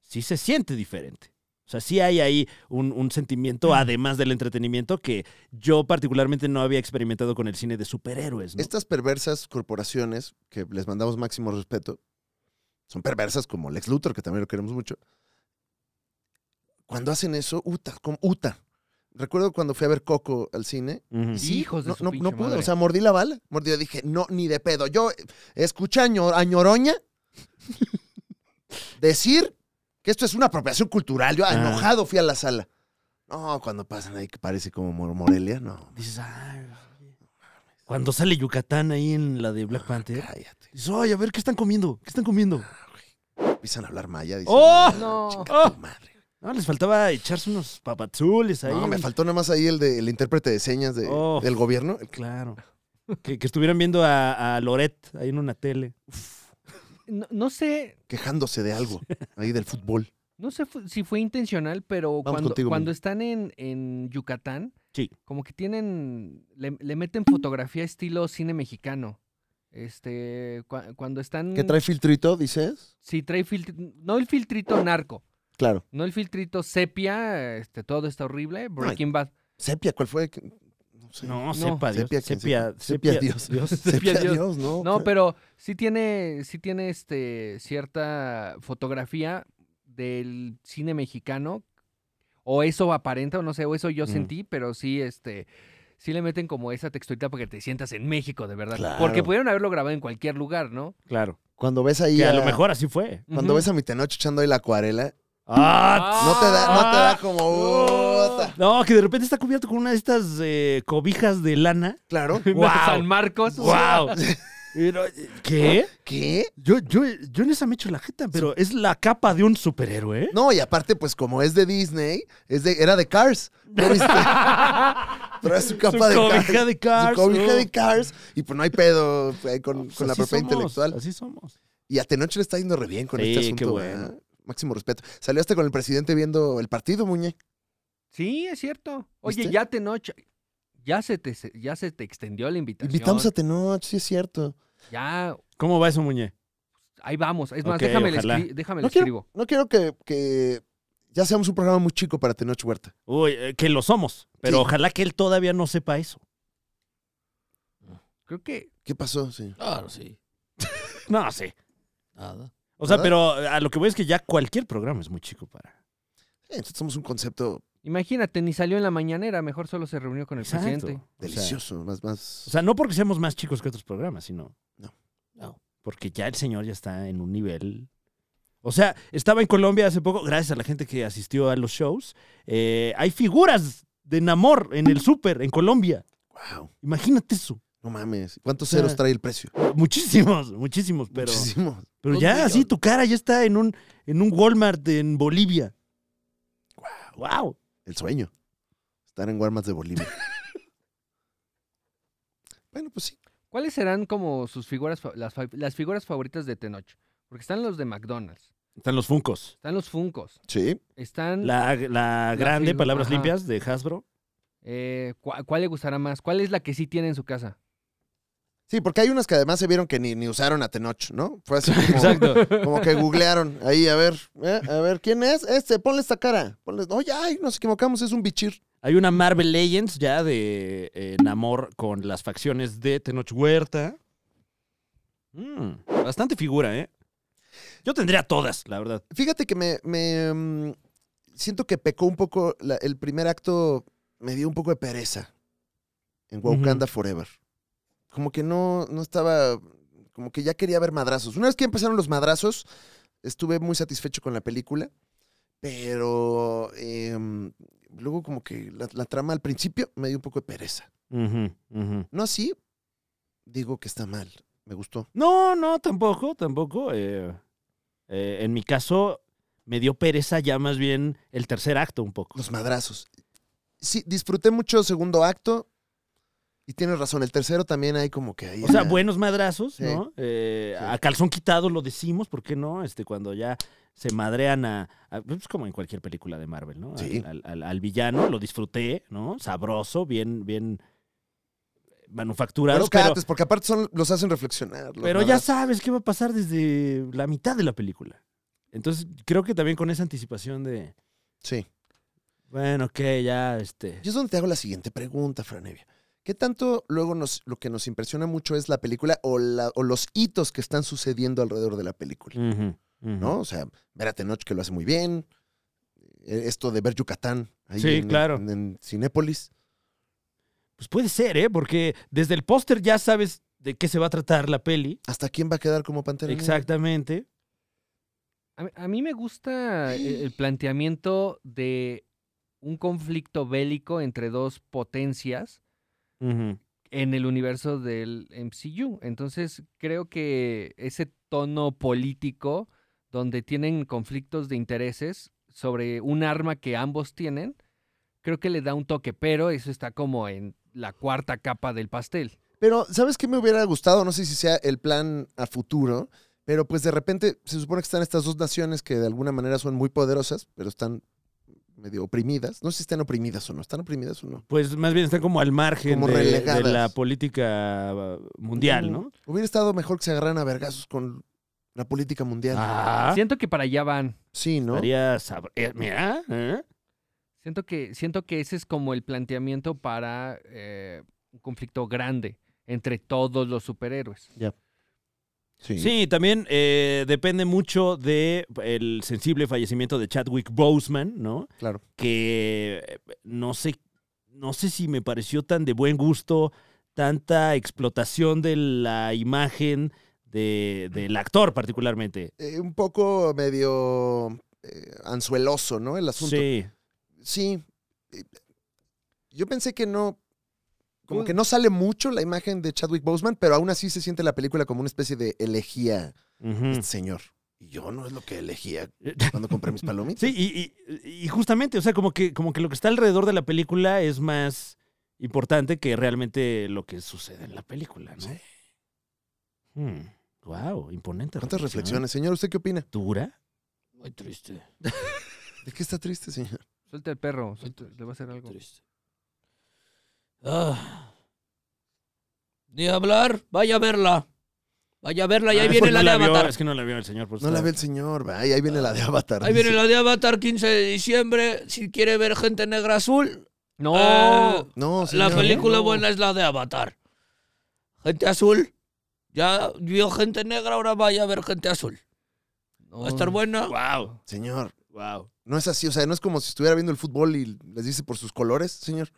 sí se siente diferente. O sea, sí hay ahí un, un sentimiento, además del entretenimiento, que yo particularmente no había experimentado con el cine de superhéroes, ¿no?
Estas perversas corporaciones, que les mandamos máximo respeto, son perversas como Lex Luthor, que también lo queremos mucho. Cuando hacen eso, Uta, como Uta. Recuerdo cuando fui a ver Coco al cine
Ujú.
Y
Hijos de
no,
su
no-
pinche
no pude,
madre.
o sea, mordí la bala. Mordí, yo dije, no, ni de pedo. Yo eh, escuché a, Ñor- a Ñoroña decir que esto es una apropiación cultural. Yo
Ah.
enojado fui a la sala. No, cuando pasan ahí que parece como Mor- Morelia, no.
Dices, "Ay, oye". cuando sale Yucatán ahí en la de
Ah,
Black Panther,
Cállate.
dices, ay, a ver, ¿qué están comiendo? ¿Qué están comiendo?
Empiezan a hablar maya. Dicen,
¡Oh!
No.
"No, chica tu madre".
No, les faltaba echarse unos papazules ahí.
No, me faltó nada más ahí el, de- el intérprete de señas de-
Oh.
del gobierno.
Claro. Que, que estuvieran viendo a, a Loret ahí en una tele.
No, no sé,
Quejándose de algo ahí del fútbol.
no sé fu- si fue intencional, pero cuando,
contigo,
cuando
Muñe.
están en, en Yucatán,
Sí.
como que tienen, le, le meten fotografía estilo cine mexicano. Este, cua- cuando están...
¿Qué trae filtrito, dices?
Sí, trae filtri- no el filtrito narco,
Claro.
no el filtrito sepia, este, todo está horrible, Breaking Bad.
Sepia, ¿cuál fue? No sé.
No, sepa Dios.
Sepia,
Sepia,
¿quién
sepia,
sepia? Sepia, Dios. Sepia,
Sepia Dios.
Dios, ¿no?
No, pero sí tiene, sí tiene este, cierta fotografía del cine mexicano, o eso aparenta, o no sé, o eso
Mm.
yo
Ujú.
sentí, pero sí, este, sí le meten como esa texturita para que te sientas en México, de verdad.
Claro.
Porque pudieron haberlo grabado en cualquier lugar, ¿no?
Claro.
Cuando ves ahí.
Que a lo mejor así fue.
Cuando
Ujú.
ves a mi Tenoch echando ahí la acuarela,
¡Ah!
no te da, no te da
No.
como. "Uta".
No, que de repente está cubierto con una de estas eh, cobijas de lana.
Claro.
¡Wow!
San Marcos.
¡Wow! eh, ¿Qué?
¿Qué?
Yo, yo, yo en esa me echo la jeta, pero es la capa de un superhéroe. ¿eh?
No, y aparte, pues como es de Disney, es de, era de Cars. ¿No viste? Trae su capa de
cobija
Cars.
de Cars,
Su cobija
no.
de Cars. Y pues no hay pedo ahí con,
Pues
con la
así
propiedad
somos,
intelectual.
Así somos.
Y a Tenoch le está yendo re bien con
Sí,
este
qué
asunto.
bueno.
¿verdad? Máximo respeto. Salió hasta con el presidente viendo el partido, Muñe.
Sí, es cierto. Oye,
¿Viste?
ya te noche. Ya se te, ya se te extendió la invitación.
Invitamos a Tenoch, sí es cierto.
Ya,
¿Cómo va eso, Muñe?
ahí vamos. Es más,
Ok,
déjame, le,
ojalá.
escri- déjame le
No
escribo.
quiero, no quiero que, que ya seamos un programa muy chico para Tenoch Huerta.
Uy, eh, que lo somos, pero
Sí.
ojalá que él todavía no sepa eso.
Creo que
¿Qué pasó? Sí.
claro, sí.
No sé.
Nada.
O sea,
¿Verdad?
pero a lo que voy es que ya cualquier programa es muy chico para.
Eh, Entonces somos un concepto
Imagínate, ni salió en la mañanera, mejor solo se reunió con el presidente.
O sea,
delicioso, más, más.
O sea, no porque seamos más chicos que otros programas, sino.
No.
No. Porque ya el señor ya está en un nivel. O sea, estaba en Colombia hace poco, gracias a la gente que asistió a los shows. eh, hay figuras de Namor en el súper en Colombia.
wow,
Imagínate eso.
no mames. ¿Cuántos
sea,
ceros trae el precio?
Muchísimos, muchísimos, pero.
Muchísimo.
Pero
Un
ya
millón.
así tu cara ya está en un, en un Walmart en Bolivia. Wow.
El sueño. Estar en Walmart de Bolivia. bueno, pues sí.
¿Cuáles serán como sus figuras, fa- las, fa- las figuras favoritas de Tenoch? Porque están los de McDonald's,
Están los Funcos.
Están los Funcos.
Sí.
Están.
La, la grande,
fil-
palabras
ajá.
limpias, de Hasbro.
eh, ¿cuál, cuál le gustará más? ¿Cuál es la que sí tiene en su casa?
Sí, porque hay unas que además se vieron que ni, ni usaron a Tenoch, ¿no? Fue así como,
Exacto.
como que googlearon. Ahí, a ver, eh, a ver, ¿quién es? Este, ponle esta cara. Ponle, oye, ay, nos equivocamos, es un bichir.
Hay una Marvel Legends ya de eh, Namor con las facciones de Tenoch Huerta. Mm, bastante figura, ¿eh? Yo tendría todas, la verdad.
Fíjate que me, me, mm, siento que pecó un poco, la- el primer acto me dio un poco de pereza en Wakanda Forever. Como que no, no estaba, como que ya quería ver madrazos. Una vez que empezaron los madrazos, estuve muy satisfecho con la película, pero em, luego como que la, la trama al principio me dio un poco de pereza.
Ujú, ujú.
No así, digo que está mal, me gustó.
No, no, tampoco, tampoco. eh, eh, en mi caso, me dio pereza ya más bien el tercer acto un poco.
Los madrazos. Sí, disfruté mucho el segundo acto. Y tienes razón, el tercero también hay como que ahí.
O sea,
una-
buenos madrazos,
Sí.
¿no? Eh,
Sí.
A calzón quitado lo decimos, ¿por qué no? Este, cuando ya se madrean a, a- pues, como en cualquier película de Marvel, ¿no? Al-
Sí.
Al, al- al villano, lo disfruté, ¿no? Sabroso, bien, bien manufacturado.
buenos
Pero,
cates, porque aparte son, los hacen reflexionar. los
pero ya
madrazos.
sabes qué va a pasar desde la mitad de la película. Entonces, creo que también con esa anticipación de,
Sí.
bueno, que ya, este...
Y es donde te hago la siguiente pregunta, Franevia. ¿Qué tanto luego nos, lo que nos impresiona mucho es la película o, la- o los hitos que están sucediendo alrededor de la película?
ujú, ujú.
¿No? O sea, ver a Tenoch que lo hace muy bien. eh, Esto de ver Yucatán ahí
Sí,
en-
claro.
en- en Cinépolis.
Pues puede ser, ¿eh? Porque desde el póster ya sabes de qué se va a tratar la peli.
¿Hasta quién va a quedar como pantera? negra?
Exactamente.
A mí, a mí me gusta el, el planteamiento de un conflicto bélico entre dos potencias
Ujú.
en el universo del MCU. Entonces, creo que ese tono político donde tienen conflictos de intereses sobre un arma que ambos tienen, creo que le da un toque, pero eso está como en la cuarta capa del pastel.
Pero, ¿sabes qué me hubiera gustado? No sé si sea el plan a futuro, pero pues de repente se supone que están estas dos naciones que de alguna manera son muy poderosas, pero están medio oprimidas. No sé si están oprimidas o no. ¿Están oprimidas o no?
Pues más bien está como al margen
Como
de, de
relegadas.
la política uh, mundial, ¿no?
Hubiera estado mejor que se agarraran a vergazos con la política mundial.
Ah,
Siento que para allá van.
Sí, ¿no?
estaría sabr- eh, mira, ¿eh?
Siento que, siento que ese es como el planteamiento para eh, un conflicto grande entre todos los superhéroes.
Sí, también eh, depende mucho de el sensible fallecimiento de Chadwick Boseman, ¿no?
Claro.
Que eh, no sé, no sé si me pareció tan de buen gusto tanta explotación de la imagen de- del actor particularmente.
Eh, un poco medio eh, anzueloso, ¿no? El asunto.
Sí.
Sí. Eh, Yo pensé que no. Como que no sale mucho la imagen de Chadwick Boseman, pero aún así se siente la película como una especie de elegía
Ujú.
este señor. Y yo no es lo que elegía cuando compré mis palomitas.
Sí, y, y- y justamente, o sea, como que, como que lo que está alrededor de la película es más importante que realmente lo que sucede en la película, ¿no?
Sí.
Wow, imponente.
¿Cuántas
reflexión.
reflexiones, señor? ¿Usted qué opina?
Dura.
Muy triste,
¿De qué está triste, señor?
Suelta el perro, suelta- le va a hacer algo.
triste. Ah. Ni hablar, vaya a verla. Vaya a verla y ahí
Ah, es
viene
porque
la
no
de
vio,
Avatar.
Es que no Pues la vio el señor. Por
No la ve el señor, va. y ahí viene la de Avatar.
Ahí viene
dice.
la de Avatar 15 de diciembre. Si quiere ver gente negra azul,
No,
eh,
No,
la
señor,
película
no.
buena es la de Avatar. Gente azul. Ya vio gente negra, ahora vaya a ver gente azul. Va a
Oh.
estar buena.
Wow,
Señor,
wow.
no es así. O sea, no es como si estuviera viendo el fútbol y les dice por sus colores, señor.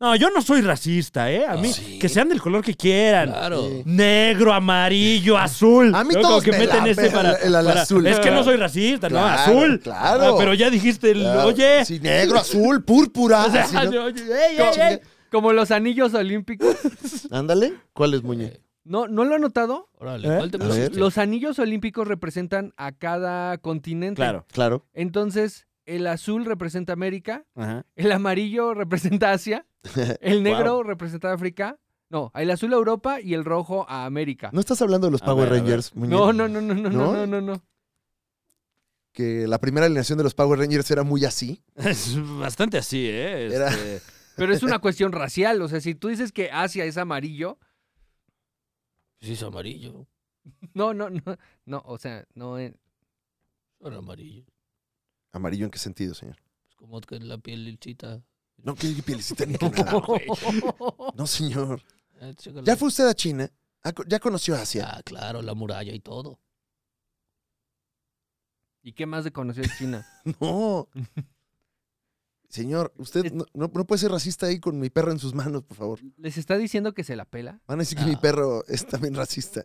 No, yo no soy racista, ¿eh?
Ah,
A mí,
sí.
que sean del color que quieran.
Claro.
Sí.
Negro, amarillo, azul.
Ah, A mí
Luego
todos
que
me
meten
la
ese
pelan,
para,
el al
para-
azul.
Es que no soy racista, no,
Claro,
azul.
claro.
Ah, pero ya dijiste, el-
Claro.
oye.
Ah, Sí, negro, azul, púrpura.
o sea,
así, ¿no?
oye, ey, ey, ey.
Chinga-
como los anillos olímpicos.
Ándale. ¿Cuál es, Muñe?
¿No, ¿No lo han notado?
Órale,
¿Eh?
¿cuál te
A ver.
pusiste?
Los anillos olímpicos representan a cada continente.
Claro.
Claro.
Entonces, el azul representa América,
Ajá.
el amarillo representa Asia, el negro representa África. No, el azul a Europa y el rojo a América.
No estás hablando de los
A ver,
Power
a ver.
Rangers, Muñe.
No, no, no, no, no, no,
¿No?
no, no, no.
que la primera alineación de los Power Rangers era muy así.
Es bastante así, ¿eh?
Era-
Este,
Pero es una cuestión racial. O sea, si tú dices que Asia es amarillo,
Sí, es amarillo.
no, no, no. No, o sea, no es.
Son amarillos.
¿Amarillo en qué sentido, señor?
Es como que la piel lilchita.
No, que pielecita ni que nada. No, señor.
Eh, chécala.
¿Ya fue usted a China? ¿Ha co- ¿Ya conoció Asia?
Ah, claro, la muralla y todo.
¿Y qué más de conocer China?
No. Señor, usted no, no- no puede ser racista ahí con mi perro en sus manos, por favor.
¿Les está diciendo que se la pela?
Van a decir que mi
Ah.
perro es también racista.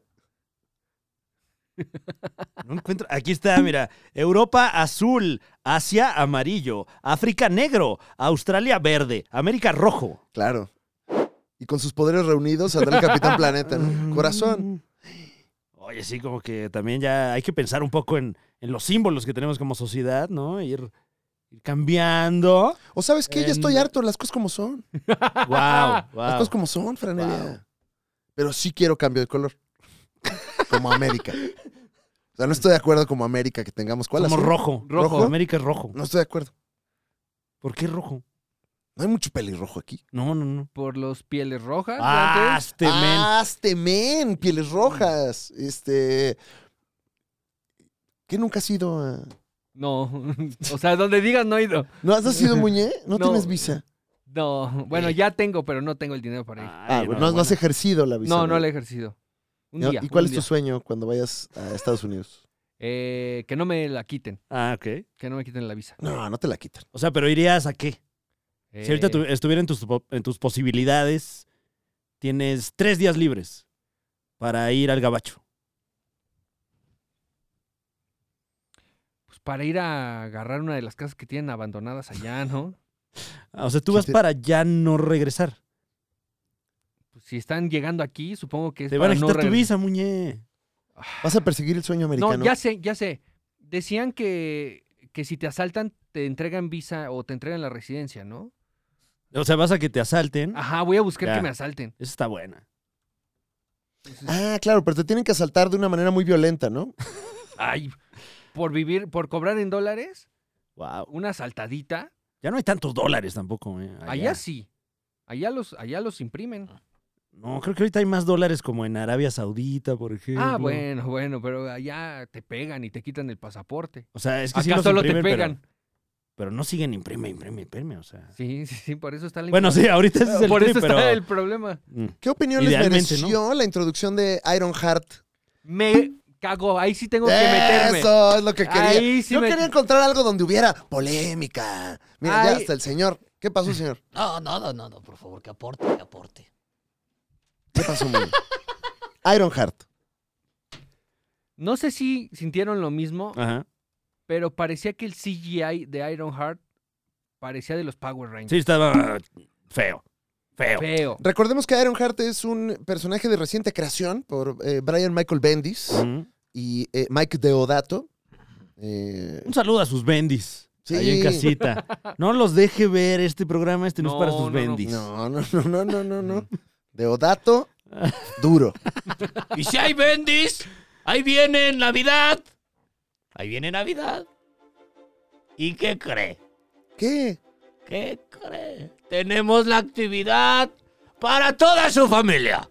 no encuentro. Aquí está, mira. Europa azul, Asia amarillo, África negro, Australia verde, América rojo.
Claro. Y con sus poderes reunidos saldrá el Capitán Planeta.
Mm.
¿no? Corazón.
Oye, sí, como que también ya hay que pensar un poco en, en los símbolos que tenemos como sociedad, ¿no? Ir, ir cambiando.
¿O sabes qué? Ya estoy
En-
harto, las cosas como son.
Wow,
Las cosas como son, Franelia. Pero sí quiero cambio de color. Como América. O sea, no estoy de acuerdo como América que tengamos cuál.
Somos
azul?
rojo.
Rojo.
rojo. América es rojo.
No estoy de acuerdo.
¿Por qué rojo?
No hay mucho pelirrojo aquí.
No, no, no.
¿Por los pieles rojas?
Ah,
blancas?
este men.
Hazte, men, pieles rojas. Este. ¿Qué nunca has ido a.?
No. o sea, donde digas no he ido.
¿No has sido muñe? ¿No,
No.
tienes visa?
No. Bueno, ya tengo, pero no tengo el dinero para ir.
Ay,
Ah, bueno, no, no has
bueno.
ejercido la visa.
No, no la he ejercido. Un
¿No?
día.
¿Y cuál
un
es tu
día.
sueño cuando vayas a Estados Unidos?
Eh, que no me la quiten.
Ah, ok.
Que no me quiten la visa.
No, no te la quitan.
O sea, pero irías a qué? Si ahorita
Eh,
tu- estuviera en tus, po- en tus posibilidades, tienes tres días libres para ir al gabacho.
Pues para ir a agarrar una de las casas que tienen abandonadas allá, ¿no?
Ah, O sea, tú
Sí,
vas
te-
para ya no regresar.
Pues si están llegando aquí, supongo que es
Te van a
para no
quitar tu
regresar.
visa, muñe.
Vas a perseguir el sueño americano.
No, ya sé, ya sé. Decían que, que si te asaltan, te entregan visa o te entregan la residencia, ¿no?
O sea, vas a que te asalten.
Ajá, voy a buscar
Ya.
que me asalten.
Esa está buena.
Ah, claro, pero te tienen que asaltar de una manera muy violenta, ¿no?
Ay, por vivir, por cobrar en dólares,
Wow.
una asaltadita.
Ya no hay tantos dólares tampoco, ¿eh?
Ah,
Allá, sí. Allá los, allá los imprimen.
No, creo que ahorita hay más dólares como en Arabia Saudita, por ejemplo.
Ah, bueno, bueno, pero allá te pegan y te quitan el pasaporte.
O sea, es que
Acá
sí los
solo
imprimen,
te
pero-
pegan.
Pero, no siguen imprime, imprime, imprime, o sea.
Sí, sí, sí, por eso está la
Bueno, sí, ahorita ese es el
Por
trip,
eso
pero...
está el problema.
Mm.
¿Qué opinión les
Idealmente,
mereció la introducción de Iron Heart?
Me cago, ahí sí tengo que meterme.
Eso es lo que quería.
Ahí sí
Yo
me-
quería encontrar algo donde hubiera polémica. Mira, ya
Ay.
hasta el señor. ¿Qué pasó, señor?
No, nada, no, no, por favor, que aporte, que aporte.
¿Qué pasó, Muñe? Iron Heart.
No sé si sintieron lo mismo,
Ajá.
pero parecía que el CGI de Ironheart parecía de los Power Rangers.
Sí, estaba feo. Feo.
Feo.
Recordemos que Iron Heart es un personaje de reciente creación por eh, Brian Michael Bendis
Ujú.
y eh, Mike Deodato. Eh,
Un saludo a sus bendis.
Sí.
Ahí en casita. No los deje ver este programa, este no, es para
No,
sus
no, no.
bendis.
no, no, no, no, no, no,
Mm.
no. Deodato, duro.
Y si hay bendis, ahí viene Navidad. Ahí viene Navidad. ¿Y qué cree?
¿Qué?
¿Qué cree? Tenemos la actividad para toda su familia.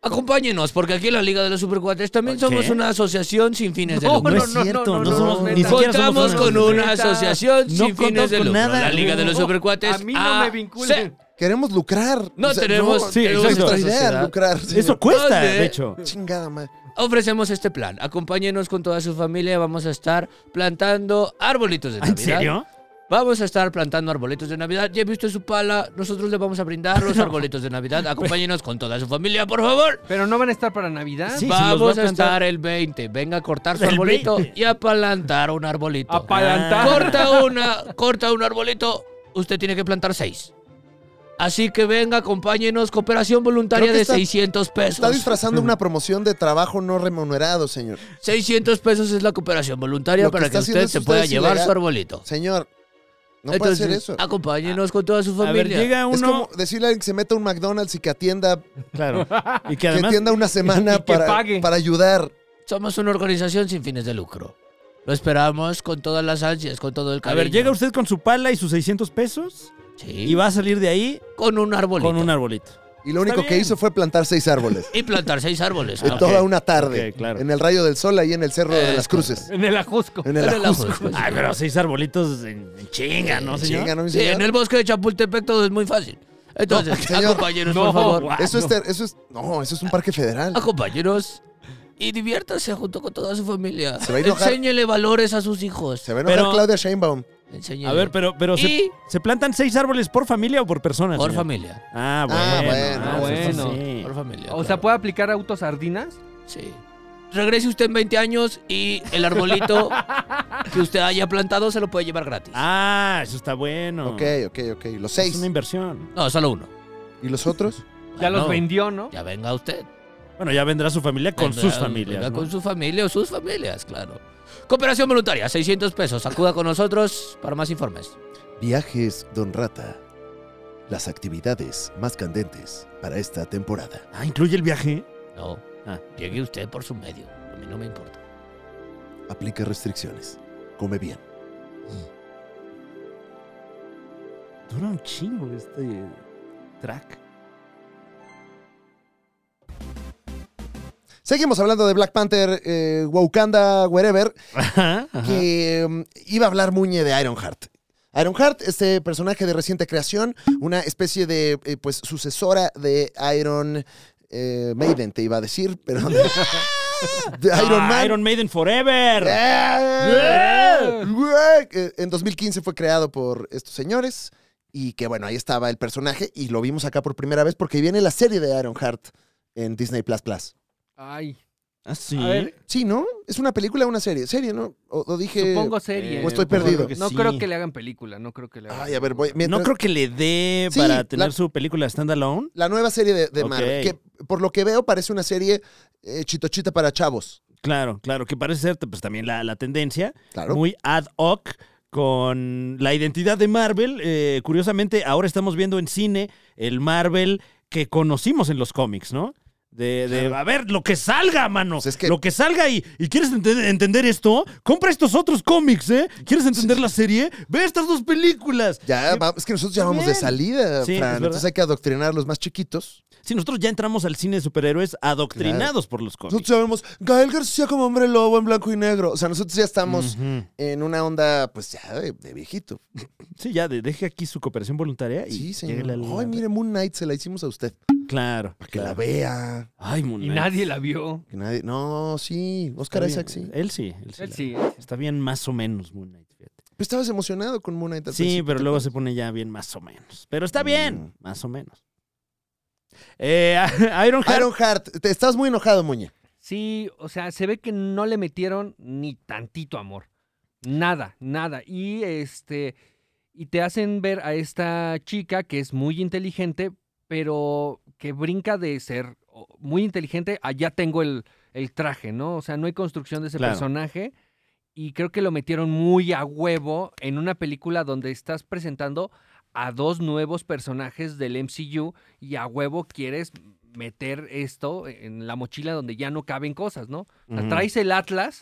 Acompáñenos, porque aquí en la Liga de los Supercuates también
¿Qué?
somos una asociación sin fines de
No,
lucro.
no
no,
es
no,
cierto,
no,
no
no,
somos-
no,
ni
no.
siquiera somos
Contamos con una
neta.
asociación
No
sin
contamos
fines de
con
lucro.
nada.
La Liga de los
No,
Supercuates. ah,
a mí no me vinculen.
AC.
Queremos lucrar.
No tenemos-
no,
Sí,
tenemos
exacto.
otra idea,
Sociedad.
lucrar. señor.
Eso cuesta,
¿Dónde?
de hecho.
Chingada, madre.
Ofrecemos este plan. Acompáñenos con toda su familia. Vamos a estar plantando arbolitos de
¿En
Navidad.
serio?
Vamos a estar plantando arbolitos de Navidad. Ya he visto su pala. Nosotros le vamos a brindar los arbolitos de Navidad. Acompáñenos con toda su familia, por favor.
Pero no van a estar para Navidad.
Sí, se los va a
Vamos a,
plantar.
estar el 20. Venga a cortar su
El
arbolito
20.
y a plantar un arbolito.
Apalantar.
corta una, corta un arbolito. Usted tiene que plantar seis. Así que venga, acompáñenos. Cooperación voluntaria
Creo que
de
está-
600
Está
pesos.
disfrazando una promoción de trabajo no remunerado, señor.
600 pesos es la cooperación voluntaria
Lo que
para que,
está haciendo
usted
es
se
usted
pueda
es
llevar
ilegal.
su arbolito.
Señor, no puede hacer eso.
acompáñenos con toda su
A ver,
familia.
llega uno.
Es como decirle a alguien que se meta a un McDonald's y que atienda,
Claro. Y que
que
además.
atienda una semana
y que
para,
pague.
para ayudar.
Somos una organización sin fines de lucro. Lo esperamos con todas las ansias, con todo el
A
cariño.
ver, llega usted con su pala y sus 600 pesos
Sí,
y va a salir de ahí
con un arbolito.
con un arbolito.
Y lo único que
bien.
hizo fue plantar seis árboles.
Y plantar seis árboles.
En
Ah,
toda una tarde.
Ok, claro.
En el rayo del sol, ahí en el Cerro de
Eh,
las Cruces.
En el ajusco.
En el
Pero la
Ajusco.
juzgo.
Ay, pero seis arbolitos en en chinga, ¿no, señor?
Chinga, ¿no, mi
Sí,
señor?
en el bosque de Chapultepec todo es muy fácil. Entonces,
señor.
compañeros,
No,
por favor.
guau.
Eso es, ter- eso es. No, eso es un parque federal.
Acompáñenos y diviértase junto con toda su familia.
Se va a enojar.
Enséñele valores a sus hijos.
Se va a enojar
Pero-
Claudia Sheinbaum.
Enséñele.
A ver, pero, pero
Y-
se, ¿se plantan seis árboles por familia o por persona?
Por
señor?
familia.
Ah, bueno.
Ah,
Ah,
bueno,
sí, sí,
bueno.
sí.
Por familia.
O sea,
claro.
¿puede aplicar autos sardinas?
Sí. Regrese usted en 20 años y el arbolito que usted haya plantado se lo puede llevar gratis.
Ah, eso está bueno.
Ok, ok, ok. Los
Es
seis.
una inversión.
No, solo uno.
¿Y los otros?
Ya
Bueno,
los vendió, ¿no?
Ya venga usted.
Bueno, ya vendrá su familia con
Venga,
sus familias.
venga
¿no?
Con su familia o sus familias, claro. Cooperación voluntaria, 600 pesos. Acuda con nosotros para más informes.
Viajes Don Rata. Las actividades más candentes para esta temporada.
Ah, incluye el viaje.
No.
Ah.
Llegue usted por su medio. A mí no me importa.
Aplica restricciones. Come bien.
Dura un chingo este track.
Seguimos hablando de Black Panther, eh, Wakanda, wherever.
Ajá, ajá.
que um, iba a hablar Muñe de Ironheart. Ironheart, este personaje de reciente creación, una especie de eh, pues sucesora de Iron eh, Maiden, te iba a decir, pero de Iron
Ah,
Man.
Iron Maiden Forever.
Eh, güey, que En 2015 fue creado por estos señores y que bueno, ahí estaba el personaje y lo vimos acá por primera vez porque viene la serie de Ironheart en Disney Plus Plus.
Ay,
Ah, sí.
a ver,
Sí, ¿no? Es una película, o una serie, serie, ¿no? O, o dije
supongo serie.
o estoy
Eh, pues,
perdido.
creo que
No
sí.
creo que le hagan película, no creo que le hagan.
Ay, a ver, voy
No
mientras-
creo que le dé
Sí,
para
la-
tener su película standalone.
La nueva serie de, de
Ok.
Marvel, que por lo que veo parece una serie eh, chitochita para chavos.
Claro, claro, que parece ser pues, también la, la tendencia.
Claro.
Muy ad hoc con la identidad de Marvel. Eh, curiosamente, ahora estamos viendo en cine el Marvel que conocimos en los cómics, ¿no? De, de, a ver, lo que salga, mano.
Pues es que-
Lo que salga y, y quieres ente- entender esto, compra estos otros cómics, ¿eh? ¿Quieres entender la serie? Ve estas dos películas.
ya, va- es que nosotros ya
Está
vamos de
bien.
salida,
Sí, es
Fran.
verdad.
Entonces hay que adoctrinar a los más chiquitos.
Si nosotros ya entramos al cine de superhéroes adoctrinados por los cómics.
Nosotros sabemos, Gael García como hombre lobo en blanco y negro. O sea, nosotros ya estamos
Ujú.
en una onda, pues ya, de, de viejito.
Sí, ya, de- deje aquí su cooperación voluntaria y
Sí, señor.
lléguele al-
Ay, mire, Moon Knight se la hicimos a usted.
Ah, Claro.
Para que la vea.
Ay, Moon
Y
Knight.
nadie la vio.
Que nadie... No, sí.
Está
Oscar
bien. eh.
Isaac, sí. Pero
Él sí. Él sí.
Él
la-
sí.
Está bien más o menos Moon Knight, fíjate.
Pues, estabas emocionado con Moon Knight. al
Sí,
principio,
pero
¿te
luego
acuerdas?
se pone ya bien más o menos. Pero está bien,
Mm.
más o menos. Eh, Iron
Ironheart, te estás muy enojado, Muñe.
Sí, o sea, se ve que no le metieron ni tantito amor. Nada, nada. Y este. Y te hacen ver a esta chica que es muy inteligente, pero que brinca de ser o, muy inteligente. Allá tengo el, el traje, ¿no? O sea, no hay construcción de ese
Claro.
personaje. Y creo que lo metieron muy a huevo en una película donde estás presentando a dos nuevos personajes del MCU y a huevo quieres meter esto en la mochila donde ya no caben cosas, ¿no? O sea,
Ujú.
traes el atlas,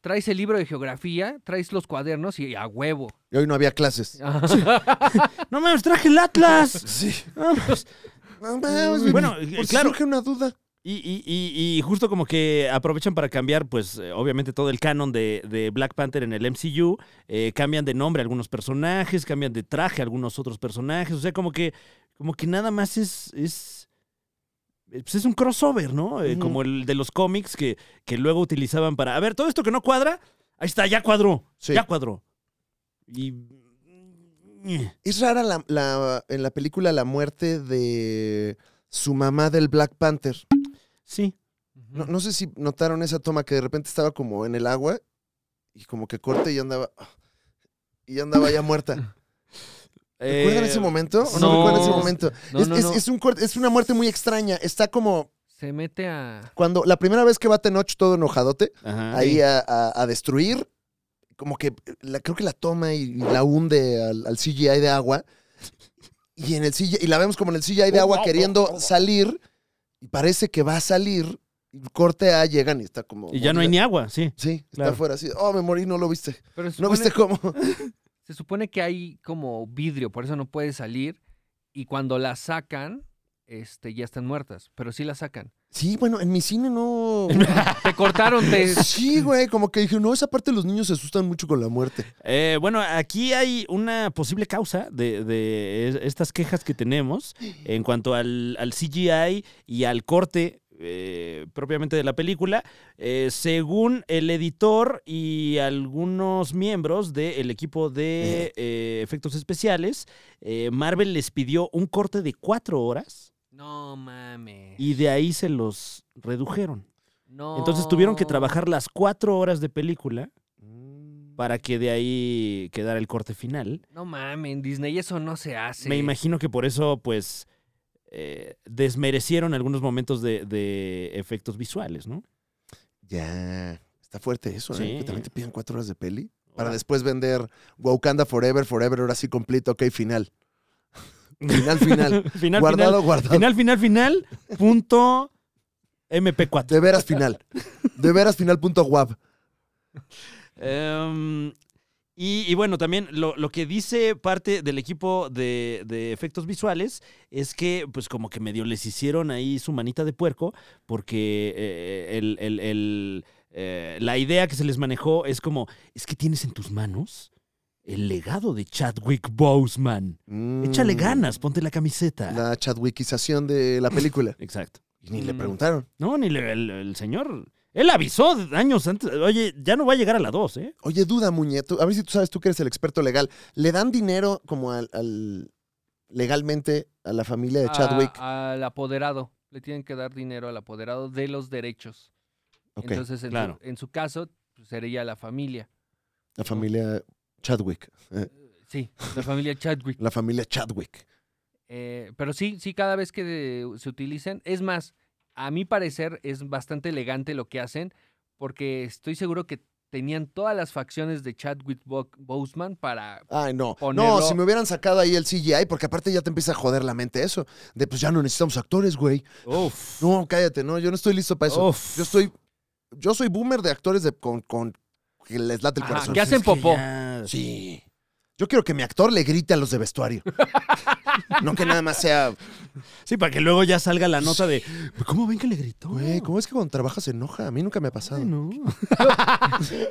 traes el libro de geografía, traes los cuadernos y a huevo.
Y hoy no había clases.
No me traje el Atlas.
Sí.
Ah, pues,
No mames,
Bueno,
güey.
eh,
Por si
claro.
surge una duda.
y, y- y- y justo como que aprovechan para cambiar, pues, eh, obviamente todo el canon de, de Black Panther en el MCU. Eh, cambian de nombre algunos personajes, cambian de traje algunos otros personajes. O sea, como que, como que nada más es. es eh, pues es un crossover, ¿no? Eh,
Ujú.
Como el de los cómics que, que luego utilizaban para. A ver, todo esto que no cuadra, ahí está, ya cuadró.
Sí.
Ya cuadró. Y.
Es rara la, la- en la película la muerte de su mamá del Black Panther.
Sí.
No, no sé si notaron esa toma que de repente estaba como en el agua y como que corte y andaba. Y andaba ya muerta. ¿Recuerdan
Eh,
ese momento? ¿O no,
no.
recuerdan ese momento?
No,
es,
no,
es-
no.
es un corte- es una muerte muy extraña. Está como
Se mete a...
cuando la primera vez que va Tenoch todo enojadote,
Ajá.
ahí a, a- a destruir. Como que la, creo que la toma y, y la hunde al, al CGI de agua. Y en el CGI y la vemos como en el CGI de agua queriendo salir. Y parece que va a salir. Y corte A, llegan y está como.
Y ya no hay
morida.
ni agua, sí.
Sí, está
Claro. Pues
afuera así. Oh, me morí, no lo viste.
Pero se
¿No este
supone-
viste cómo?
Se supone que hay como vidrio, por eso no puede salir. Y cuando la sacan, este, ya están muertas. Pero sí la sacan.
Sí, bueno, en mi cine no.
Te cortaron, te.
Sí, güey, como que dije, no, esa parte los niños se asustan mucho con la muerte.
Eh, bueno, aquí hay una posible causa de, de es- estas quejas que tenemos en cuanto al, al CGI y al corte eh, propiamente de la película. Eh, según el editor y algunos miembros del equipo de eh, efectos especiales, eh, Marvel les pidió un corte de cuatro horas
No mames.
y de ahí se los redujeron.
No.
Entonces tuvieron
Oh.
que trabajar las cuatro horas de película para que de ahí quedara el corte final.
No mames, en Disney eso no se hace.
Me imagino que por eso, pues, eh, desmerecieron algunos momentos de, de efectos visuales, ¿no?
Ya. Está fuerte eso, ¿eh?
Sí.
Que también te pidan cuatro horas de peli. Para
Ahora,
después vender Wakanda Forever, Forever, ahora sí completo, ok, final. Final, final.
final,
guardado, guardado.
final, final, final, final, punto MP4.
De veras final. De veras final punto guap.
Em, y, y bueno, también lo, lo que dice parte del equipo de, de efectos visuales es que, pues, como que medio les hicieron ahí su manita de puerco, porque eh, el- el- el, eh, la idea que se les manejó es como: es que tienes en tus manos el legado de Chadwick Boseman.
Mm.
Échale ganas, ponte la camiseta.
La chatwikización de la película.
Exacto.
Y ni le
Mm.
preguntaron.
No, ni le- el, el señor. Él avisó años antes. Oye, ya no va a llegar a la 2, ¿eh?
Oye, duda, muñeco. A ver si tú sabes, tú que eres el experto legal. ¿Le dan dinero como al, al- legalmente a la familia de
A-
Chadwick?
al apoderado. Le tienen que dar dinero al apoderado de los derechos.
Ok,
Entonces, en,
claro.
su, en su caso, pues, sería la familia.
la familia Chadwick. Eh,
Sí, la familia Chadwick.
La familia Chadwick.
Eh, pero sí, sí, cada vez que de- se utilicen. Es más, a mi parecer es bastante elegante lo que hacen, porque estoy seguro que tenían todas las facciones de Chadwick Bo- Boseman para.
Ay, no.
Ponerlo-
No, si me hubieran sacado ahí el CGI, porque aparte ya te empieza a joder la mente eso. De pues ya no necesitamos actores, güey.
Uf.
No, cállate, no, yo no estoy listo para eso.
Uf.
Yo estoy. Yo soy boomer de actores de, con, con- que les late el
Ajá,
corazón.
¿qué hacen
Es que
popó?
ya-
Sí. Yo quiero que mi actor le grite a los de vestuario. no que nada más sea.
Sí, para que luego ya salga la nota de ¿Cómo ven que le gritó?
Güey, ¿cómo es que cuando trabajas se enoja? A mí nunca me ha pasado.
Ay, no.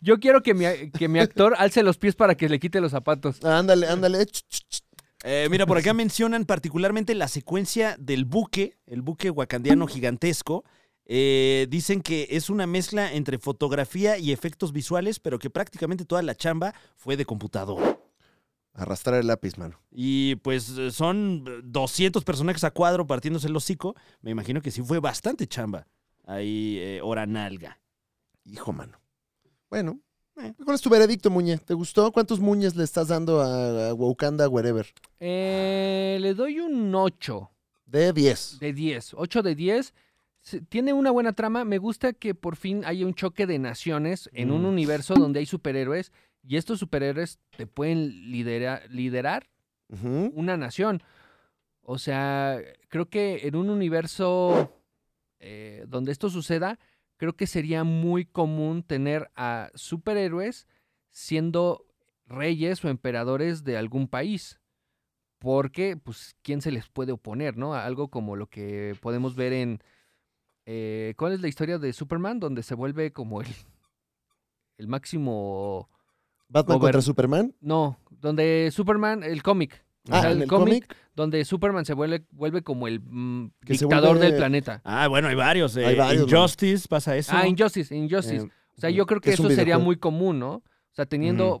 Yo quiero que mi, que mi actor alce los pies para que le quite los zapatos.
Ándale, ándale. Ch, ch, ch.
Eh, mira, por acá mencionan particularmente la secuencia del buque, el buque wakandiano gigantesco. Eh, dicen que es una mezcla entre fotografía y efectos visuales, pero que prácticamente toda la chamba fue de computadora.
Arrastrar el lápiz, mano.
Y pues eh, son 200 personajes a cuadro partiéndose el hocico. Me imagino que sí fue bastante chamba. Ahí, eh, hora nalga.
Hijo, mano. Bueno. eh, ¿Cuál es tu veredicto, Muñe? ¿Te gustó? ¿Cuántos Muñes le estás dando a, a Wakanda Wherever?
Eh, le doy un 8
De 10.
de 10. 8 de 10. Se- Tiene una buena trama. Me gusta que por fin haya un choque de naciones en un
Mm.
universo donde hay superhéroes y estos superhéroes te pueden lidera- liderar
Ujú.
una nación. O sea, creo que en un universo eh, donde esto suceda, creo que sería muy común tener a superhéroes siendo reyes o emperadores de algún país. Porque, pues, ¿quién se les puede oponer, no? Algo como lo que podemos ver en... eh, ¿Cuál es la historia de Superman? Donde se vuelve como el, el máximo...
Batman
Over-
contra Superman.
No, donde Superman, el cómic. O
Ah,
sea,
en el cómic.
donde Superman se vuelve, vuelve como el mm,
Que se
dictador
vuelve-
del planeta.
Ah, bueno, hay varios. eh,
Hay varios, ¿no?
Injustice, pasa eso.
Ah, Injustice, Injustice.
Eh,
o sea, yo creo que
es un
eso sería
videojuego.
muy común, ¿no? O sea, teniendo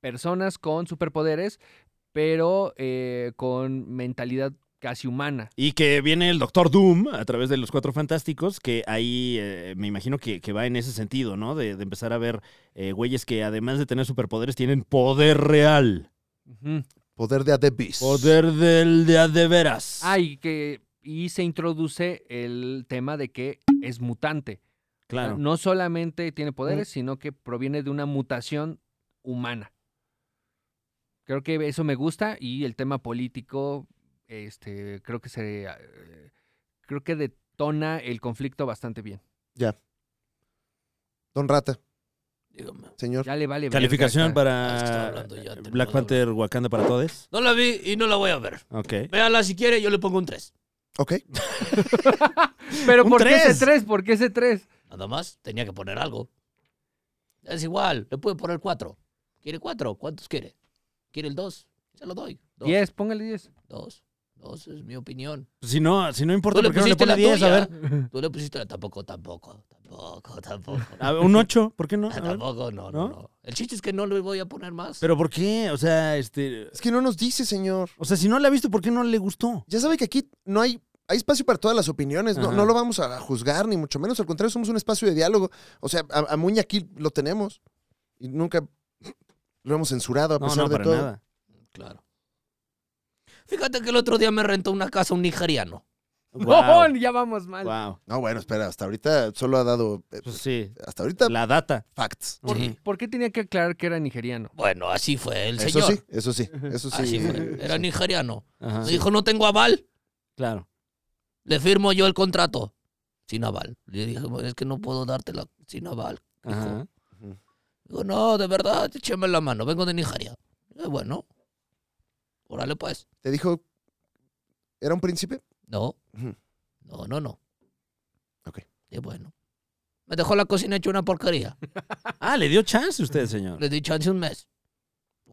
personas con superpoderes, pero eh, con mentalidad casi humana.
Y que viene el Doctor Doom a través de los Cuatro Fantásticos, que ahí eh, me imagino que, que va en ese sentido, ¿no? De, de empezar a ver eh, güeyes que además de tener superpoderes tienen poder real.
Ujú.
Poder de Adebis.
Poder del de a de veras.
Ah, y que y se introduce el tema de que es mutante. O sea,
claro.
No solamente tiene poderes, sino que proviene de una mutación humana. Creo que eso me gusta y el tema político, este, creo que se, eh, creo que de tona el conflicto bastante bien.
Don Rata,
Dígame.
señor.
Ya le vale. verga
Calificación
acá.
para
Ah, es que estaba hablando ya, terminado.
Black Panther Wakanda para todos.
No la vi y no la voy a ver.
Ok.
Véala si quiere, yo le pongo un 3.
Ok.
Pero
Un
¿por qué
tres.
ese 3? ¿Por qué ese 3?
Nada más, tenía que poner algo. Es igual, le puedo poner 4. ¿Quiere 4? ¿Cuántos quiere? ¿Quiere el 2? Se lo doy. 2.
10, póngale 10.
2. 2 es mi opinión.
Si no, si no importa,
Tú le
¿por qué no le
pusiste
pone
la
10? A
tuya.
ver.
Tú le pusiste la tampoco, tampoco, tampoco, tampoco.
A ver, un 8, ¿por qué no?
Ah,
A ver.
tampoco, no,
¿No?
no, no. El chiste es que no le voy a poner más.
Pero ¿por qué? O sea, este.
Es que no nos dice, señor.
O sea, si no la ha visto, ¿por qué no le gustó?
Ya sabe que aquí no hay, hay espacio para todas las opiniones. No,
Ajá.
no lo vamos a juzgar, ni mucho menos. Al contrario, somos un espacio de diálogo. O sea, a, a Muña aquí lo tenemos. Y nunca lo hemos censurado a
No,
pesar
no,
de
para
todo.
nada.
Claro. Fíjate que el otro día me rentó una casa un nigeriano.
Wow.
Ya vamos mal.
No, bueno, espera. Hasta ahorita solo ha dado... eh,
Pues sí.
Hasta ahorita,
La data.
facts.
¿Por,
Sí.
por qué tenía que aclarar que era nigeriano?
Bueno, así fue el
Eso
señor.
sí, eso sí,
Ah,
eso sí. Ah,
Así fue. Era nigeriano.
Ajá.
Me dijo, no tengo aval.
Claro.
Le firmo yo el contrato. Sin aval. Le dije, "Bueno, es que no puedo dártela sin aval.
Ajá.
Digo, no, de verdad, écheme la mano. Vengo de Nigeria. Eh, bueno. Órale, pues.
¿Te dijo... ¿Era un príncipe?
No.
Ujú.
No, no, no.
Ok.
Y bueno. Me dejó la cocina hecha una porquería.
Ah, le dio chance usted, señor.
Le di chance un mes.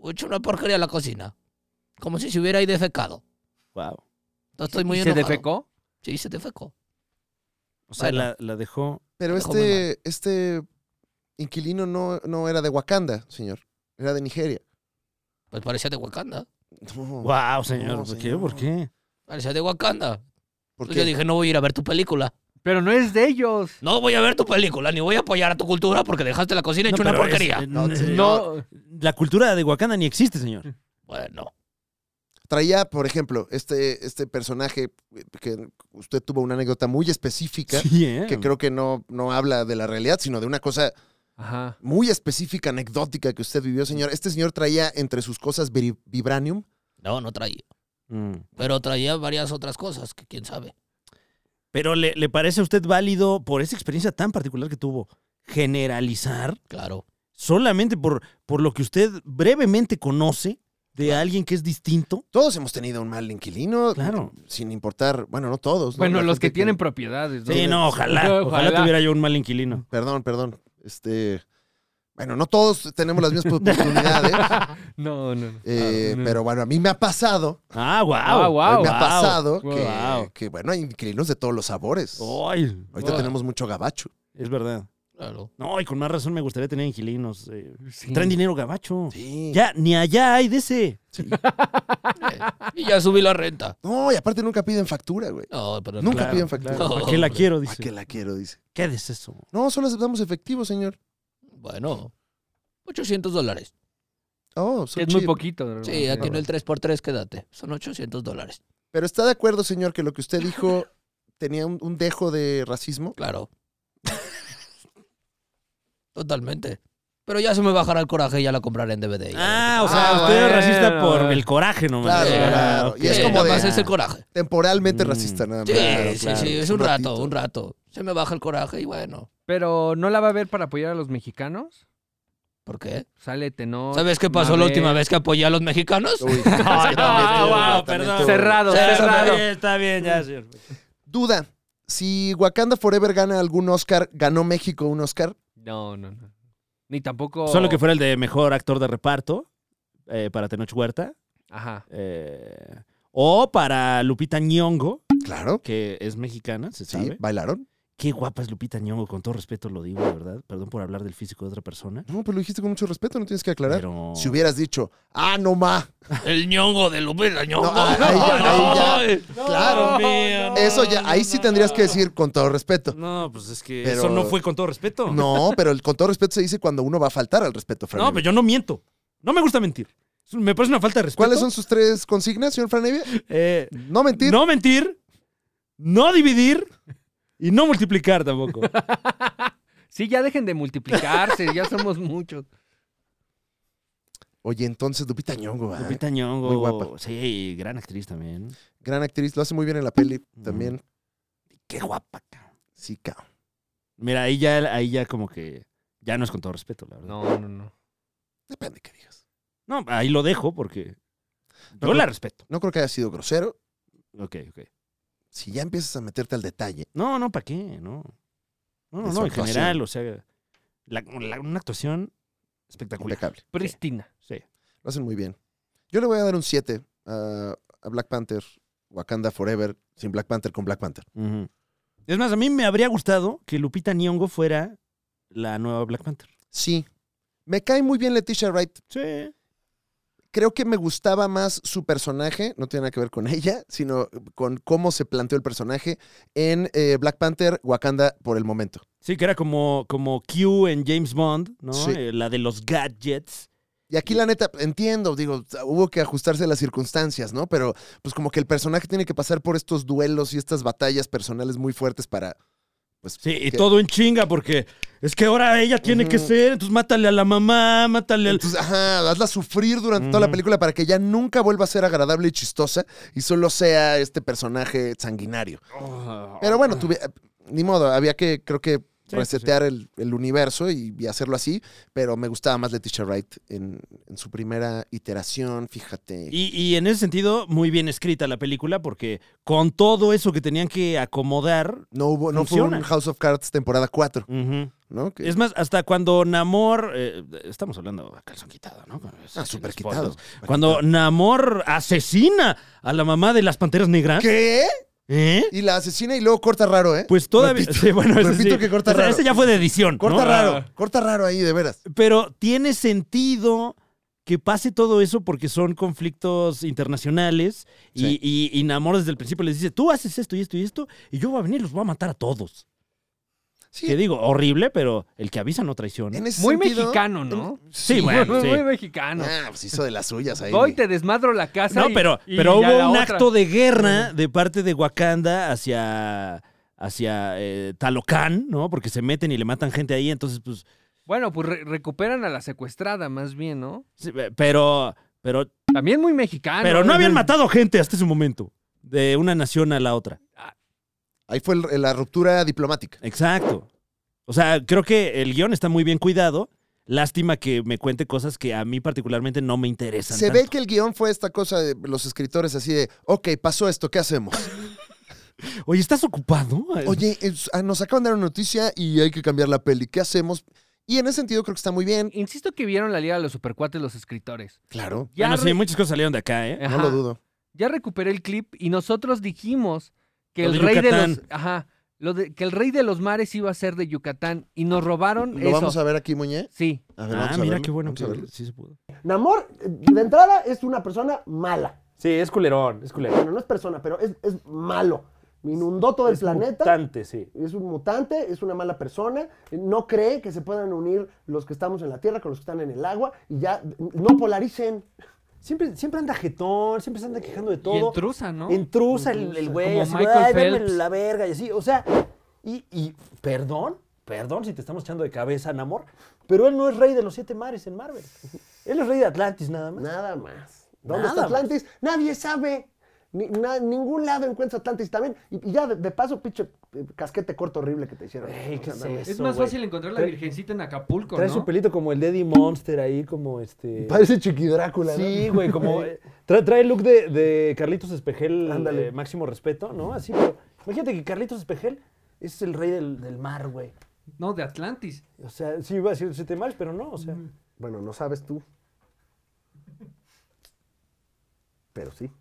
He hecho una porquería a la cocina. Como si se hubiera ahí defecado.
Wow.
Entonces estoy muy
¿Y ¿Se
enojado.
defecó?
Sí, se defecó.
O sea,
Bueno.
la, la dejó.
Pero
Me dejó muy
este, este inquilino no, no era de Wakanda, señor. Era de Nigeria.
Pues parecía de Wakanda.
No,
Wow, señor.
No,
¿Por qué?
señor.
¿Por qué?
Parecía de Wakanda.
¿Por
Pues
qué?
Yo dije, no voy a ir a ver tu película.
Pero no es de ellos.
No voy a ver tu película, ni voy a apoyar a tu cultura porque dejaste la cocina hecha
No,
una
pero es-
porquería.
eh,
No,
n-
señor.
No.
La cultura de Wakanda ni existe, señor.
Bueno,
Traía, por ejemplo, este, este personaje que usted tuvo una anécdota muy específica,
Sí, ¿eh?
que creo que no, no habla de la realidad, sino de una cosa
Ajá.
muy específica, anecdótica que usted vivió, señor. Este señor traía entre sus cosas vibri- vibranium.
no, no traía.
Mm.
Pero traía varias otras cosas que quién sabe.
Pero ¿le, le parece a usted válido por esa experiencia tan particular que tuvo generalizar
Claro.
solamente por, por lo que usted brevemente conoce de alguien que es distinto?
Todos hemos tenido un mal inquilino,
Claro.
sin importar, bueno, no todos. ¿no?
Bueno,
pues, La
los
gente
que tienen propiedades. ¿no?
Sí, no, ojalá.
Ojalá.
Ojalá tuviera yo un mal inquilino.
Perdón, perdón. Este. Bueno, no todos tenemos las mismas oportunidades,
Ah,
No, no, no.
eh,
Claro.
pero bueno, a mí me ha pasado,
Ah, wow.
Ah, guau.
me ha
wow.
pasado
Wow.
que,
Wow. Oh,
que, bueno, hay inquilinos de todos los sabores.
Ay,
Ahorita
Wow.
tenemos mucho gabacho.
es verdad.
Claro.
No, y con más razón me gustaría tener inquilinos. eh,
Sí.
Traen dinero gabacho.
Sí.
Ya, ni allá hay de ese.
Eh, y ya subí la renta.
No, y aparte nunca piden factura, güey.
No, pero
Nunca
claro.
piden factura.
claro.
¿Para qué la
Hombre,
quiero?
¿Para qué
Dice.
la quiero? Dice.
¿Qué es eso?
No, solo aceptamos efectivo, señor.
Bueno, 800 dólares.
Oh,
Sí,
so
es muy
cheap.
poquito.
Sí, aquí en el 3x3 quédate. Son 800 dólares.
Pero está de acuerdo, señor, que lo que usted dijo tenía un, un dejo de racismo.
Claro. Totalmente. Pero ya se me bajará el coraje y ya la compraré en DVD.
Ah, o
Ah,
sea, usted es
bueno.
racista por el coraje nomás.
Claro,
Ah,
claro.
ok.
y es como
nada
de- ah.
más es el coraje.
Temporalmente
Mm.
racista, nada más.
Sí,
Claro,
sí,
claro.
sí, es un rato,
ratito.
un rato. Se me baja el coraje y bueno,
Pero no la va a ver para apoyar a los mexicanos.
¿por qué?
Sale Tenor.
¿Sabes qué pasó la
Mabel.
última vez que apoyé a los mexicanos?
Uy,
Ay,
es que también
no,
estuvo-
guau,
también
perdón.
estuvo-
Cerrado,
Sí, eso
Está
cerrado.
bien, está bien, ya, señor.
Duda. Si Wakanda Forever gana algún Oscar, ¿ganó México un Oscar?
No, no, no. Ni tampoco.
Solo que fuera el de mejor actor de reparto eh, para Tenoch Huerta.
Ajá.
eh, o para Lupita Nyongo,
Claro.
que es mexicana, se
Sí,
sabe.
bailaron.
Qué guapa es Lupita Nyong'o, con todo respeto lo digo, de verdad. Perdón por hablar del físico de otra persona.
No, pero lo dijiste con mucho respeto, no tienes que aclarar.
Pero...
Si hubieras dicho, ah, no ma.
El ñongo de Lupita, ñongo.
No, ahí ya, ahí
Ay,
claro.
mío, no.
Eso ya, ahí sí tendrías que decir con todo respeto.
No, pues es que
Pero-
eso no fue con todo respeto.
No, pero el con todo respeto se dice cuando uno va a faltar al respeto, Fran.
No, pero yo no miento. No me gusta mentir. Es- Me parece una falta de respeto.
¿Cuáles son sus tres consignas, señor Franevia?
Eh,
No mentir.
no mentir, no dividir y no multiplicar tampoco.
Sí, ya dejen de multiplicarse. ya somos muchos.
Oye, entonces Lupita Nyong'o, ah,
Lupita Nyong'o.
Muy guapa.
Sí, gran actriz también.
gran actriz, lo hace muy bien en la peli
Mm.
también.
qué guapa, cabrón.
Sí, cabrón.
Mira, ahí ya, ahí ya como que. Ya no es con todo respeto, la verdad. No,
No, no, no.
Depende que digas.
ahí lo dejo porque. Yo
No,
la
no.
respeto.
No creo que haya sido grosero.
Ok, ok.
Si ya empiezas a meterte al detalle,
No, no, ¿para qué? No. No, no,
De
no,
su
en
actuación.
general, o sea. la- la- una actuación espectacular.
impecable.
Pristina.
Sí.
Lo hacen muy bien. Yo le voy a dar un 7 a, a Black Panther, Wakanda Forever, sin Black Panther con Black Panther.
Ujú. Es más, a mí me habría gustado que Lupita Nyong'o fuera la nueva Black Panther.
Sí. Me cae muy bien Leticia Wright.
Sí.
Creo que me gustaba más su personaje, no tiene nada que ver con ella, sino con cómo se planteó el personaje en eh, Black Panther Wakanda por el momento.
Sí, que era como, como Q en James Bond, ¿no?
Sí.
Eh, la de los gadgets.
Y aquí la neta, entiendo, digo, hubo que ajustarse a las circunstancias, ¿no? Pero pues como que el personaje tiene que pasar por estos duelos y estas batallas personales muy fuertes para... Pues,
Sí, y
que-
todo en chinga, porque es que ahora ella tiene que
Ujú.
ser, entonces mátale a la mamá, mátale al.
Entonces, ajá, hazla sufrir durante toda la
Ujú.
película para que ya nunca vuelva a ser agradable y chistosa y solo sea este personaje sanguinario. Pero bueno, tuve- eh, ni modo, había que, creo que,
Sí,
resetear El, el universo y, y hacerlo así, pero me gustaba más Leticia Wright en, en su primera iteración, fíjate.
Y, y en ese sentido, muy bien escrita la película, porque con todo eso que tenían que acomodar.
no hubo, no fue
funciona.
un House of Cards temporada 4,
ujú,
¿no? Que-
Es más, hasta cuando Namor. eh, estamos hablando a calzón quitado, ¿no?
ah, súper quitado.
Cuando Namor asesina a la mamá de las panteras negras.
¿Qué?
¿Eh?
Y la asesina y luego corta raro, ¿eh?
¿Ah? Pues todavía.
Repito,
sí, bueno, ese
repito
sí.
que corta
O sea,
raro.
ese ya fue de edición.
Corta
¿no?
raro,
Ah.
corta raro ahí, de veras.
Pero tiene sentido que pase todo eso porque son conflictos internacionales y-
Sí.
y, y Namor desde el principio les dice, tú haces esto y esto y esto y yo voy a venir y los voy a matar a todos.
Sí.
Que digo, horrible, pero el que avisa no traiciona.
En ese
Muy
sentido-
mexicano, ¿no?
Sí, bueno, sí.
Muy mexicano.
Ah, pues hizo de las suyas ahí.
Voy, te desmadro la casa.
No,
y-
pero,
y
pero
ya la
hubo un
otra.
acto de guerra de parte de Wakanda hacia, hacia eh, Talocán, ¿no? Porque se meten y le matan gente ahí, entonces pues
Bueno, pues re- recuperan a la secuestrada, más bien, ¿no?
Sí, eh, pero, pero,
También muy mexicano.
pero no
¿eh?
habían matado gente hasta ese momento. De una nación a la otra.
Ahí fue el- la ruptura diplomática.
Exacto. O sea, creo que el guión está muy bien cuidado. Lástima que me cuente cosas que a mí particularmente no me interesan.
Se
tanto.
ve que el guión fue esta cosa de los escritores así de, ok, pasó esto, ¿qué hacemos?
Oye, ¿estás ocupado?
Oye, es- ah, nos acaban de dar una noticia y hay que cambiar la peli, ¿qué hacemos? Y en ese sentido creo que está muy bien.
Insisto que vieron la Liga de los Supercuates los escritores.
Claro,
Ya no
re-
sé, muchas cosas salieron de acá, ¿eh?
Ajá.
no lo dudo.
Ya recuperé el clip y nosotros dijimos que
Lo
el
de
rey de los
Yucatán.
ajá, lo de- que el rey de los mares iba a ser de Yucatán y nos robaron
¿Lo
eso.
vamos a ver aquí, Muñe?
Sí.
A ver,
Ah,
vamos a
mira
verlo,
qué bueno
vamos a
que
verlo.
sí se pudo.
Namor, eh, de entrada, es una persona mala.
Sí, es culerón, es culerón.
Bueno, no es persona, pero es, es malo. Inundó todo el
Es
planeta.
mutante, sí.
Es un mutante, es una mala persona. No cree que se puedan unir los que estamos en la Tierra con los que están en el agua. Y ya, no polaricen.
Siempre, siempre anda jetón, siempre se anda quejando de todo.
Y entrusa, ¿no?
Entrusa el- el
Entrusa,
güey,
como
así,
Michael
"Ay, dame
Phelps".
la verga y así. O sea, y, y perdón, perdón si te estamos echando de cabeza, Namor, pero él no es rey de los siete mares en Marvel. Él es rey de Atlantis nada más.
Nada más. ¿Dónde
Nada
está Atlantis? Nadie sabe. Ni- na- ningún lado encuentra Atlantis también. Y, y ya, de, de paso, pinche eh, casquete corto horrible que te hicieron.
Ey, ¿qué
O sea,
es
mames.
Es
Eso,
más
güey.
fácil encontrar la
Trae-
virgencita en Acapulco,
Trae
¿no?
su pelito como el Daddy Monster ahí, como este...
Parece Chiqui Drácula, ¿no?
Sí, güey, como... eh, Trae, trae el look de, de Carlitos Espejel,
Ándale.
eh, máximo respeto, ¿no? Así, pero imagínate que Carlitos Espejel es el rey del, del mar, güey.
No, de Atlantis.
O sea, sí iba a decir siete mares, pero no, o sea...
Bueno, no sabes tú. Pero sí.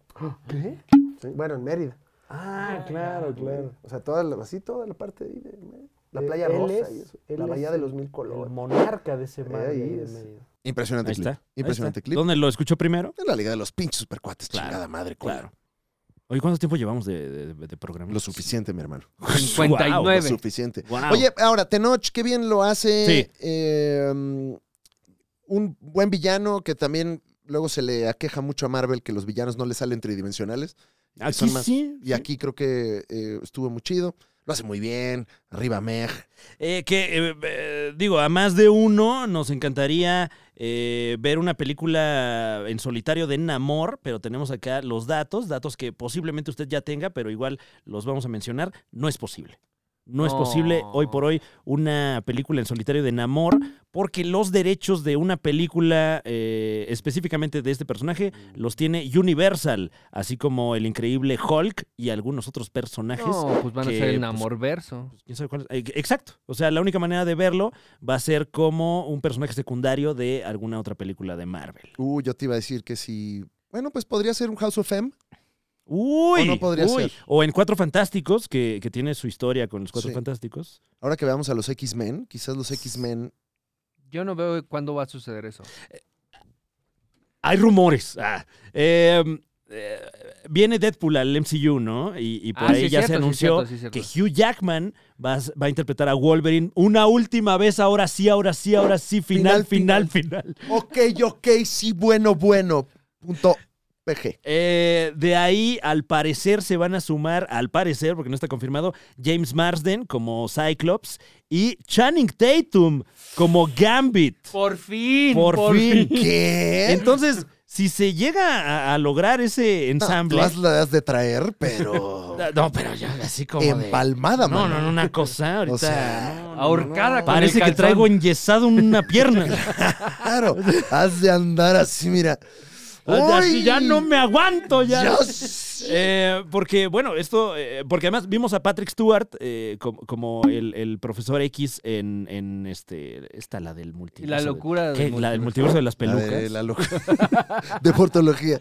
¿Qué?
Sí, Bueno, en Mérida.
Ah, claro, claro.
O sea, toda la, así toda la parte ahí de Mérida. La
Eh,
playa
él
rosa
es-
y eso.
él
La
es
bahía de los
el-
mil
El
colores.
monarca de ese
Eh,
mar.
ahí
ahí
es.
en medio.
Impresionante
Ahí
clip.
está. ahí
Impresionante
está.
clip.
¿Dónde lo escuchó primero?
En la Liga de los pinches supercuates,
Claro,
chingada madre, cola.
Claro. Oye, ¿cuánto tiempo llevamos de, de- de- de programa?
Lo suficiente, mi hermano.
Guau.
59.
Lo suficiente.
Guau.
Oye, ahora, Tenoch, qué bien lo hace.
Sí.
Eh, um, un buen villano que también luego se le aqueja mucho a Marvel que los villanos no le salen tridimensionales. que
aquí
son más-
sí.
Y aquí creo que eh, estuvo muy chido. Lo hace muy bien. Arriba Meg.
Eh, que, eh, eh, digo, a más de uno nos encantaría eh, ver una película en solitario de Namor, pero tenemos acá los datos, datos que posiblemente usted ya tenga, pero igual los vamos a mencionar. No es posible. No es posible
No.
hoy por hoy una película en solitario de Namor, porque los derechos de una película eh, específicamente de este personaje los tiene Universal, así como el increíble Hulk y algunos otros personajes.
No, pues van a
que,
ser el
pues,
Namor verso.
¿Quién sabe cuál es? Eh, Exacto. O sea, la única manera de verlo va a ser como un personaje secundario de alguna otra película de Marvel.
Uh, yo te iba a decir que si. Bueno, pues podría ser un House of M.
Uy,
O no podría
uy.
ser.
O en Cuatro Fantásticos, que, que tiene su historia con los Cuatro
Sí.
Fantásticos.
Ahora que veamos a los X-Men, quizás los X-Men.
Yo no veo cuándo va a suceder eso.
Hay rumores. Ah. Eh, eh, viene Deadpool al MCU, ¿no? Y, y por
Ah,
ahí
sí,
ya se
cierto, sí,
anunció
cierto, sí, cierto.
que Hugh Jackman va a, va a interpretar a Wolverine una última vez, ahora sí, ahora sí, ahora sí, final, final,
Final,
final.
Ok, ok, sí, bueno, bueno. Punto PG.
Eh, de ahí, al parecer, se van a sumar, al parecer, porque no está confirmado, James Marsden como Cyclops y Channing Tatum como Gambit.
Por fin.
Por, fin.
¿Qué?
Entonces, si se llega a, a lograr ese
No,
ensamble.
tú has- la has de traer, pero.
Ah, No, pero ya así como. de-
Empalmada,
no,
mano.
no, no, una cosa ahorita.
O sea,
no, no,
Ahorcada
no.
con
Parece
el
que
calzón.
traigo enyesado una pierna.
Claro, has de andar así, mira.
Así
Uy,
ya no me aguanto, ya.
ya sé.
Eh, porque, bueno, esto. eh, porque además vimos a Patrick Stewart eh, com- como, el, el profesor X en, en este. Esta, la del multiverso.
La
de-
locura del
¿Qué? La del
multiverso.
multiverso de las
La
pelucas.
de la loca. De portología.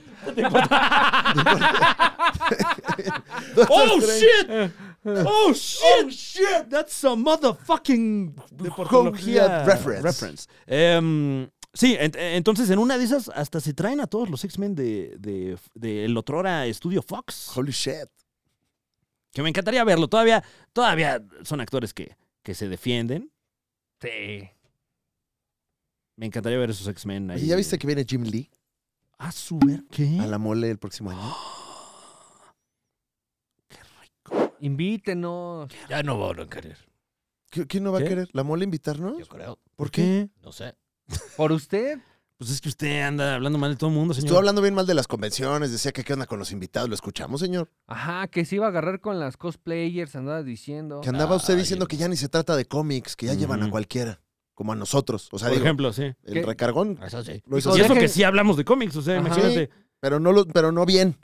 ¡Oh,
Eh,
shit! ¡Oh, shit! shit! That's a motherfucking.
portología reference.
Em, sí, ent- entonces en una de esas hasta se traen a todos los X-Men de, de, de el otrora estudio Fox.
Holy shit.
Que me encantaría verlo. Todavía, todavía son actores que, que se defienden.
Sí.
Me encantaría ver esos X-Men ahí.
Oye, ¿ya viste que viene Jim Lee
Ah, su ver- ¿Qué?
a la mole el próximo año?
Invítenos.
Ya no van a querer,
¿Qui- ¿Quién no va
¿Qué?
a querer? ¿La mole invitarnos?
yo creo.
¿Por qué?
No sé.
Por usted.
Pues es que usted anda hablando mal de todo el mundo, señor.
Estuvo hablando bien mal de las convenciones, decía que qué onda con los invitados. ¿Lo escuchamos, señor?
Ajá, que se iba a agarrar con las cosplayers, andaba diciendo.
Ah,
Que andaba usted
Ay.
diciendo que ya ni se trata de cómics, que ya llevan a
Ujú.
cualquiera, como a nosotros. O sea,
Mm. Por
digo,
ejemplo, sí.
el
¿Qué?
recargón
Eso sí.
lo hizo
Y
así,
eso
dejen-
que sí hablamos de cómics, o sea,
Ajá.
imagínate.
pero no, lo, pero no bien.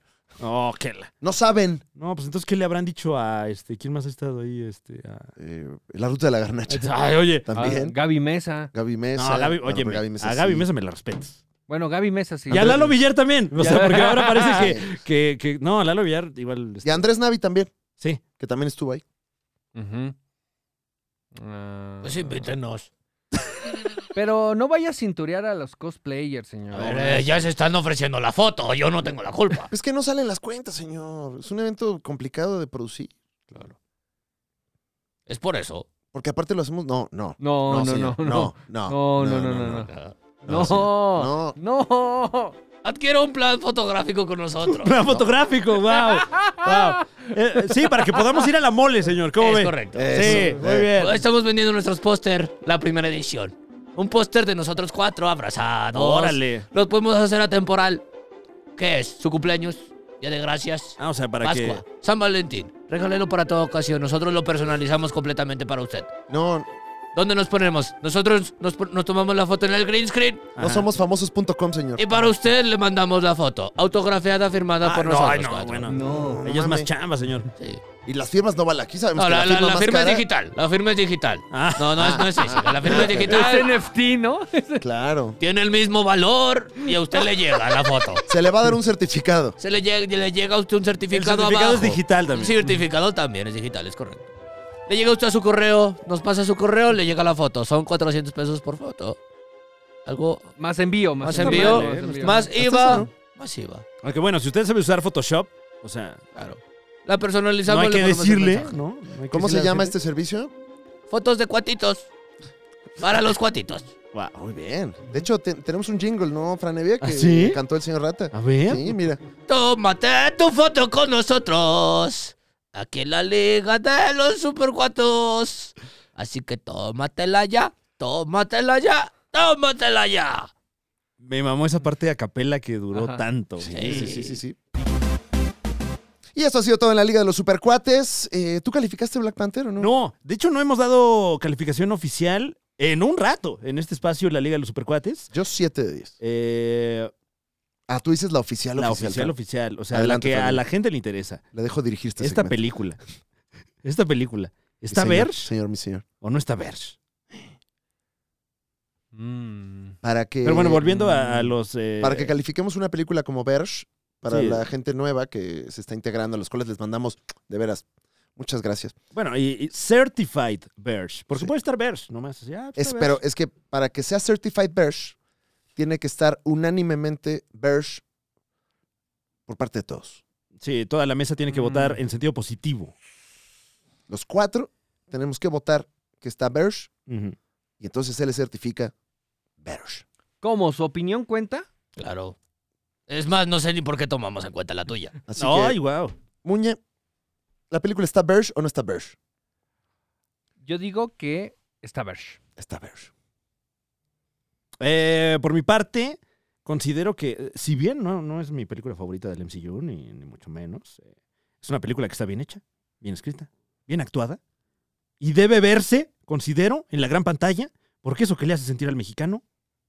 Oh, qué la-
No saben.
No, pues entonces, ¿qué le habrán dicho a este? ¿Quién más ha estado ahí? Este, a-
Eh, la ruta de la garnacha.
Ay, oye.
Ah,
También.
Gaby Mesa.
Gaby
No,
Mesa.
a Gaby,
Bueno,
oye,
pero
a Gaby
sí.
Mesa me la respetas.
Bueno, Gaby Mesa sí.
Y a Lalo Villar también. O sea,
Ya.
porque ahora parece que, que, que- No, a Lalo Villar igual.
Eh, Y a Andrés Navi también,
Sí.
que también estuvo ahí.
Ujú. Ah,
Pues invítenos.
Pero no vaya a cinturear a los cosplayers, señor.
A ver, eh, ya se están ofreciendo la foto, yo no tengo la culpa.
Es que no salen las cuentas, señor. Es un evento complicado de producir.
Es por eso.
Porque aparte lo hacemos. No, no.
No, no, no,
señor.
no.
no.
No, no, no, no, no.
Ah,
No, no.
No.
Adquiero un plan fotográfico con nosotros.
Plan fotográfico, wow. Eh, sí, para que podamos ir a la mole, señor. ¿Cómo
es
ve?
correcto.
Sí,
Eso,
muy
eh.
bien.
Pues Estamos vendiendo nuestros póster, la primera edición. Un póster de nosotros cuatro abrazados.
Órale.
Los podemos hacer atemporal. ¿Qué es? ¿Su cumpleaños? ¿Día de gracias?
Ah, o sea, para
Pascua. San Valentín. Regálelo para toda ocasión. Nosotros lo personalizamos completamente para usted.
No,
¿Dónde nos ponemos? Nosotros nos, pon- nos tomamos la foto en el green screen
que.
no somos famosos.com, señor.
y para usted le mandamos la foto. Autografiada, firmada
Ah,
por
no,
nosotros.
ay, no,
cuatro.
bueno.
No,
Ella es más
mames.
chamba, señor.
Sí.
Y las firmas no valen. Aquí sabemos
No,
que la,
la, la- la
firma, más
firma es
cara-
digital. La firma es digital.
Ah.
No, no es, no es física. La firma es
Es
digital.
NFT, ¿no?
Claro.
Tiene el mismo valor y a usted le llega la foto.
Se le va a dar un certificado.
Se le llega, le llega a usted un
El
certificado,
certificado es
abajo.
digital
El
también.
certificado también es digital, es correcto. Le llega a usted a su correo, nos pasa su correo, le llega la foto. Son 400 pesos por foto. Algo
Más envío, más,
más envío,
mal, ¿eh? No está
más
Hasta
IVA.
eso,
Más IVA,
Aunque bueno, si usted sabe usar Photoshop, o sea,
claro. La
no
personalizamos.
hay
le
que
ponemos el
decirle,
mensaje.
¿no? No hay que
¿Cómo
decirle
se llama
a la
este servicio?
Fotos de cuatitos. Para los cuatitos.
Ah, muy bien. De hecho, te- tenemos un jingle, ¿no, Franevia? Que
¿Ah, sí?
cantó el señor Rata.
gente. A ver.
Sí, mira.
Tómate tu foto con nosotros. Aquí en la Liga de los Supercuatos. Así que tómatela ya, tómatela ya, tómatela ya.
Me mamó esa parte de acapela que duró
Ajá.
tanto.
Sí, sí, sí, sí, sí. Y esto ha sido todo en la Liga de los Supercuates. Eh, ¿Tú calificaste Black Panther o no?
No, de hecho no hemos dado calificación oficial en un rato en este espacio La Liga de los Supercuates.
Yo 7 de 10.
Eh,
Ah, tú dices la oficial,
la
oficial.
oficial, oficial. O sea,
Adelante,
la que a
Fabián.
la gente le interesa.
Le dejo dirigir este
Esta
segmento.
película. Esta película.
Mi
¿Está
señor,
Verge
Señor, mi señor.
o no está Verge?
Mm.
Para que, Mm,
Pero bueno, volviendo a, a los... eh,
Eh, para que califiquemos una película como Verge, para
Sí.
la gente nueva que se está integrando, a los cuales les mandamos, de veras, muchas gracias.
Bueno, y, y Certified Verge. Porque
Sí.
puede estar Verge, nomás. así, ah, pues
Es,
está
pero
Verge.
es que para que sea Certified Verge, tiene que estar unánimemente Verge por parte de todos.
Sí, toda la mesa
Mm.
tiene que votar en sentido positivo.
Los cuatro tenemos que votar que está Verge
Ujú.
y entonces él le certifica Verge.
¿Cómo? ¿Su opinión cuenta?
Claro. Es más, no sé ni por qué tomamos en cuenta la tuya.
Así
Ay,
que,
wow.
Muñe, ¿la película está Verge o no está Verge?
Yo digo que está Verge.
Está Verge.
Eh, por mi parte, considero que, eh, si bien no, no es mi película favorita del MCU, ni, ni mucho menos, eh, es una película que está bien hecha, bien escrita, bien actuada, y debe verse, considero, en la gran pantalla, porque eso que le hace sentir al mexicano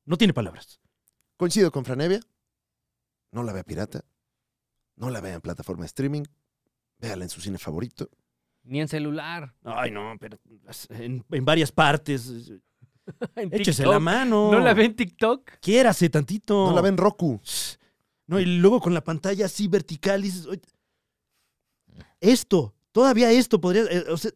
no tiene palabras.
Coincido con Franevia. No la vea pirata. No la vea en plataforma de streaming. Véala en su cine favorito.
Ni en celular.
Ay, no, pero en, en varias partes. eh,
En
Échese
TikTok.
la mano.
¿No la ve en TikTok?
Quiérase tantito.
No la ven Roku.
No, y luego con la pantalla así vertical dices, "Oye, esto, todavía esto podría... eh, o sea,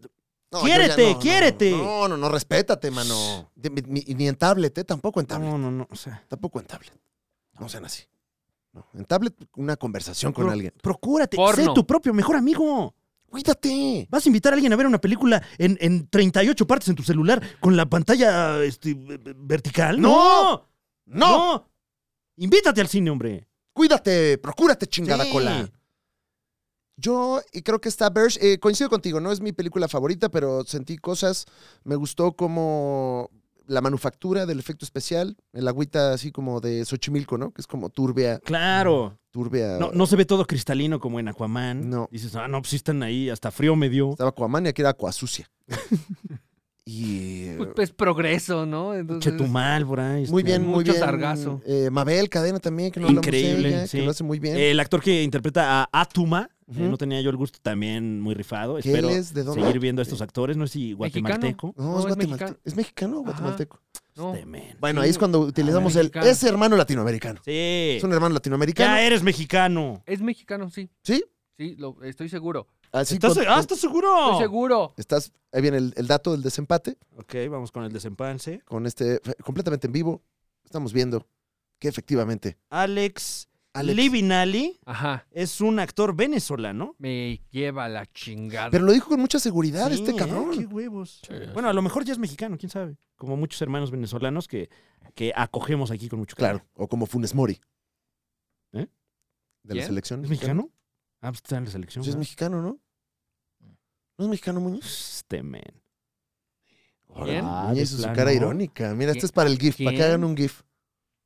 No,
Quiérete,
yo ya- no, no,
quiérete.
No, no, no, respétate, mano. De- mi- mi- ni en tablet, ¿eh? Tampoco en tablet.
no, no, no, o sea...
Tampoco en tablet. No sean así. No, En tablet, una conversación con
Pro-
alguien.
Procúrate, sé
Porno.
tu propio mejor amigo.
Cuídate.
Vas a invitar a alguien a ver una película en, en 38 partes en tu celular con la pantalla este, v- v- vertical.
¡No!
¡No!
No,
¡No! Invítate al cine, hombre.
cuídate, procúrate, chingada
Sí.
cola. Yo y creo que está Verge. eh, coincido contigo, no es mi película favorita, pero sentí cosas. Me gustó como la manufactura del efecto especial, el agüita así como de Xochimilco, ¿no? Que es como turbia,
Claro.
turbia.
No, no se ve todo cristalino como en Aquaman.
No.
Dices, ah, no, pues sí están ahí, hasta frío me dio.
Estaba Aquaman y aquí era Acuasucia. y eh,
Pues, pues, progreso, ¿no? Entonces,
Chetumal por ahí. este,
muy bien, muy
mucho
bien.
sargazo.
eh, Mabel Cadena también, que no hablamos de
Increíble,
ella,
sí. Eh,
que lo hace muy bien.
El actor que interpreta a Atuma, eh,
Ujú.
no tenía yo el gusto, también muy rifado.
¿Qué él
Espero
es? ¿De dónde?
seguir viendo a estos actores, no sé si guatemalteco.
No,
No,
es,
es
guatemalteco.
mexicano.
¿Es mexicano o
Ajá.
guatemalteco?
No.
Este men.
Bueno,
Sí.
ahí es cuando utilizamos el
mexicano.
ese hermano latinoamericano.
Sí.
Es un hermano latinoamericano.
Ya eh, eres mexicano.
Es mexicano, sí.
¿Sí?
Sí, lo, estoy seguro.
Así
¿Estás,
con-
ah, ¿estás seguro?
Estoy seguro.
Estás, ahí viene el, el dato del desempate
Ok, vamos con el desempance.
con este f- completamente en vivo. Estamos viendo que efectivamente
Alex,
Alex-
Livinali
Ajá.
es un actor venezolano.
Me lleva la chingada.
Pero lo dijo con mucha seguridad
Sí,
este
¿eh?
cabrón.
Qué huevos. Bueno, a lo mejor ya es mexicano, quién sabe. Como muchos hermanos venezolanos que, que acogemos aquí con mucho
Claro,
cariño.
o como Funes Mori.
¿Eh?
De la
¿Quién?
selección.
¿Es mexicano? Ah, pues está en la selección.
Sí, es
¿no?
mexicano, ¿no? ¿No es mexicano, Muñoz?
Este men.
¿Quién?
Ah,
Muñoz
de
hizo su
plano.
cara irónica. Mira, este
¿Quién?
es para el GIF, para que
¿Quién?
hagan un GIF.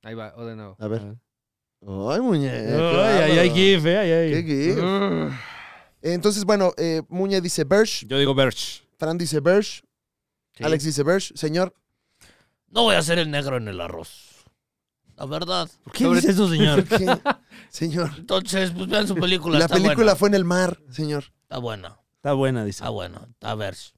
Ahí va, o de nuevo. Ah.
A ver. Ay, Muñe.
Ay,
qué
ay, ay,
bárbaro.
GIF, eh, ay, ay.
Qué GIF. Entonces, bueno, eh, Muñe dice Bersh,
Yo digo Birch.
Fran dice Bersh,
Sí.
Alex dice Bersh. Señor,
No voy a ser el negro en el arroz. La verdad.
¿Por qué dice eso, señor?
¿qué? señor.
Entonces, pues vean su película.
La
está
película
buena.
fue en el mar, señor.
Está buena.
Está buena, dice.
Está buena. Está verse.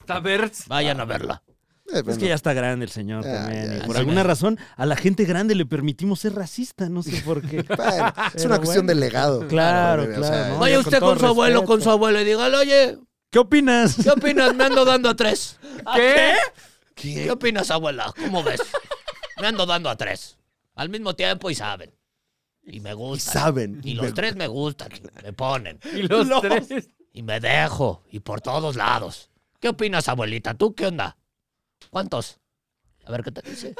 Está Verge.
Vayan a verla.
Eh,
Es
bueno,
que ya está grande el señor
Ah,
también.
ya,
y
ya,
por
sí,
alguna
ya.
razón, a la gente grande le permitimos ser racista, no sé por qué.
bueno, es
Pero
una cuestión
bueno.
de legado.
Claro,
bebé, o
claro,
sea,
¿no?
Vaya
con
usted
todo
con su abuelo, con su abuelo y dígale, oye,
¿Qué opinas?
¿qué opinas? Me ando dando a tres.
¿Qué?
¿qué?
¿Qué opinas, abuela? ¿Cómo ves? Me ando dando a tres. Al mismo tiempo y saben. Y me
Y
gustan.
saben.
Y los tres me gustan. Me ponen.
Y los tres.
Y me dejo. Y por todos lados. ¿Qué opinas, abuelita? ¿Tú qué onda? ¿Cuántos? A ver qué te dice.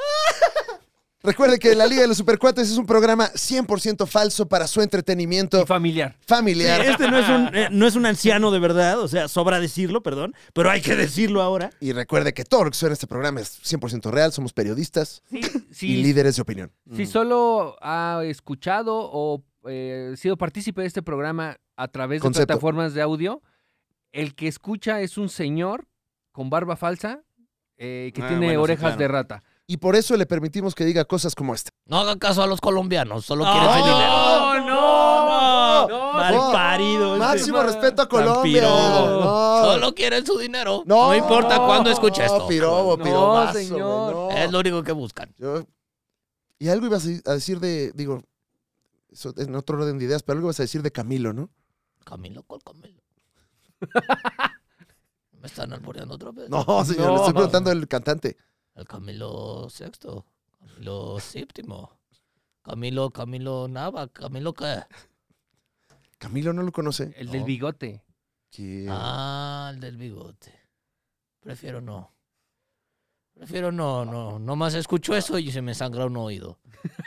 Recuerde que la Liga de los Supercuates es un programa 100% falso para su entretenimiento
Y familiar.
familiar.
Este no es, un, eh, no es un anciano de verdad, o sea, sobra decirlo, perdón, pero hay que decirlo ahora.
Y recuerde que todo lo que suena en este programa es 100% real, somos periodistas
Sí,
y Mm.
sí,
líderes de opinión.
Si solo ha escuchado o eh, sido partícipe de este programa a través
Concepto.
de plataformas de audio, el que escucha es un señor con barba falsa eh, que
Ah,
tiene
bueno, sí,
orejas
claro.
de rata.
Y por eso le permitimos que diga cosas como esta.
No hagan caso a los colombianos, solo quieren su dinero.
no, no, no,
Oh, mal
no.
parido. este.
Oh, Máximo respeto a Colombia.
pirobo.
No,
Solo quieren su dinero.
no,
No, importa cuándo escuche esto.
No, pirobo,
No,
pirobazo, güey,
señor.
no.
Es lo único que buscan.
Yo- Y algo ibas a decir de, digo, eso en otro orden de ideas, pero algo ibas a decir de Camilo, ¿no?
Camilo, ¿cuál Camilo? ¿Me están alboreando otra vez?
No, señor,
No.
le estoy preguntando al cantante.
El Camilo sexto, Camilo séptimo, Camilo, Camilo Nava, Camilo qué?
Camilo no lo conoce.
El del bigote.
¿Quién?
Ah, el del bigote. Prefiero no. Prefiero no, no. Nomás escucho eso y se me sangra un oído.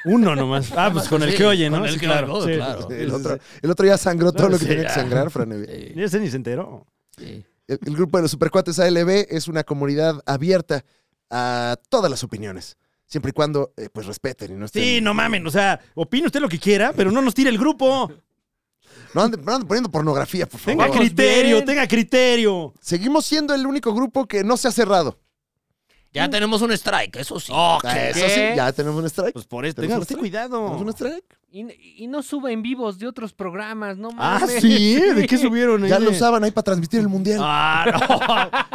Uno nomás. Ah, pues con el
Sí,
que oye, ¿no?
con el
Sí,
que oigo, claro.
Sí, sí,
el,
sí.
otro, el otro ya sangró todo
No,
lo que
sí,
tenía
ya.
que sangrar, Fran.
Sí,
Y ese ni se enteró.
sí.
El, el grupo de los Supercuates ALB es una comunidad abierta a todas las opiniones, siempre y cuando eh, pues respeten y no estén.
Sí, no mamen, o sea, opine usted lo que quiera, pero no nos tire el grupo.
No anden, no anden poniendo pornografía, por favor.
Tenga
Vamos
criterio,
bien.
tenga criterio.
Seguimos siendo el único grupo que no se ha cerrado.
Ya tenemos un strike, eso sí.
Ah, Eso sí,
¿Qué?
ya tenemos un strike.
Pues por eso,
¿Tenemos
tenga
un
usted
strike?
cuidado.
¿Tenemos un strike?
Y, y no sube en vivos de otros programas, no
Ah,
mames.
sí, ¿de qué subieron?
Ya
ahí?
lo usaban ahí para transmitir el mundial.
Ah,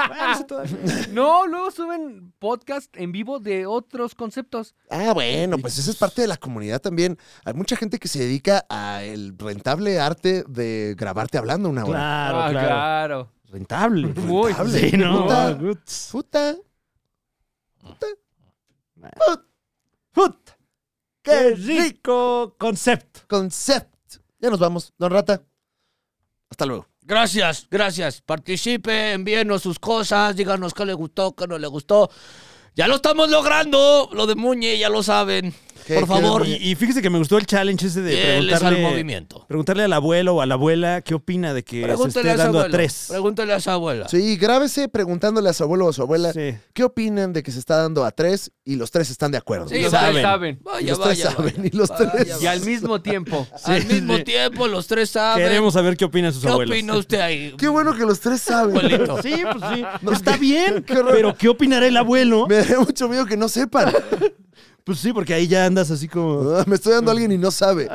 no. Bueno, eso todavía-
No, luego suben podcast en vivo de otros conceptos.
Ah, bueno, pues esa es parte de la comunidad también. Hay mucha gente que se dedica al rentable arte de grabarte hablando una hora.
Claro,
Ah,
claro.
claro.
Rentable.
Uy,
Rentable.
Sí, ¿no? Ah,
Puta.
Guts.
Puta.
Fut.
¡Qué
¡Qué
rico
rico concepto!
concept! Ya nos vamos, don Rata. Hasta luego.
Gracias, gracias. Participe, envíenos sus cosas, díganos qué le gustó, qué no le gustó. Ya lo estamos logrando, lo de Muñe, ya lo saben.
¿Qué-
Por favor,
qué-
Y, y fíjese que me gustó el challenge ese de
fieles al
preguntarle,
movimiento.
preguntarle al abuelo o a la abuela qué opina de que se esté
Pregúntale a su
dando a
abuelo.
tres.
Pregúntale a su abuela.
Sí, grábese preguntándole a su abuelo o a su abuela
Sí.
qué opinan de que se está dando a tres y los tres están de acuerdo.
Sí,
Los
saben.
tres saben.
Y
Vaya,
los tres
vaya,
saben,
vaya.
y los
Vaya,
tres.
vaya.
Y al mismo tiempo.
Al
Sí,
mismo
sí.
tiempo, los tres saben.
Queremos saber qué opinan sus
¿Qué
abuelos.
opina usted ahí?
Qué bueno que los tres saben.
abuelito?
Sí, pues sí. Está bien, pero ¿qué opinará el abuelo?
Me daría mucho miedo que no sepan.
Pues sí, porque ahí ya andas así como...
Ah, Me estoy dando a alguien y no sabe.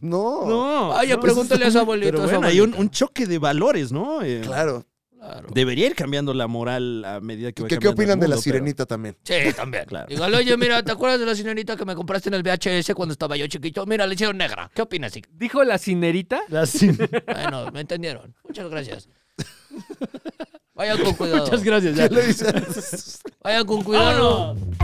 No.
No.
Vaya,
no,
pregúntale a su abuelito.
Pero
a su
bueno, hay un,
abuelita.
un choque de valores, ¿no? Eh,
Claro.
Claro.
Debería ir cambiando la moral a medida que va
¿Qué, qué
cambiando el
opinan de la
mundo, pero-
sirenita también?
Sí, también.
Claro.
Dígale, oye, mira, ¿te acuerdas de la señorita que me compraste en el VHS cuando estaba yo chiquito? Mira, le hicieron negra. ¿Qué opinas? Ica?
Dijo la cinerita.
La sin-
Bueno, me entendieron. Muchas gracias. Vayan con cuidado.
Muchas Ah, gracias. ya.
¿Qué le dicen?
Vayan con cuidado.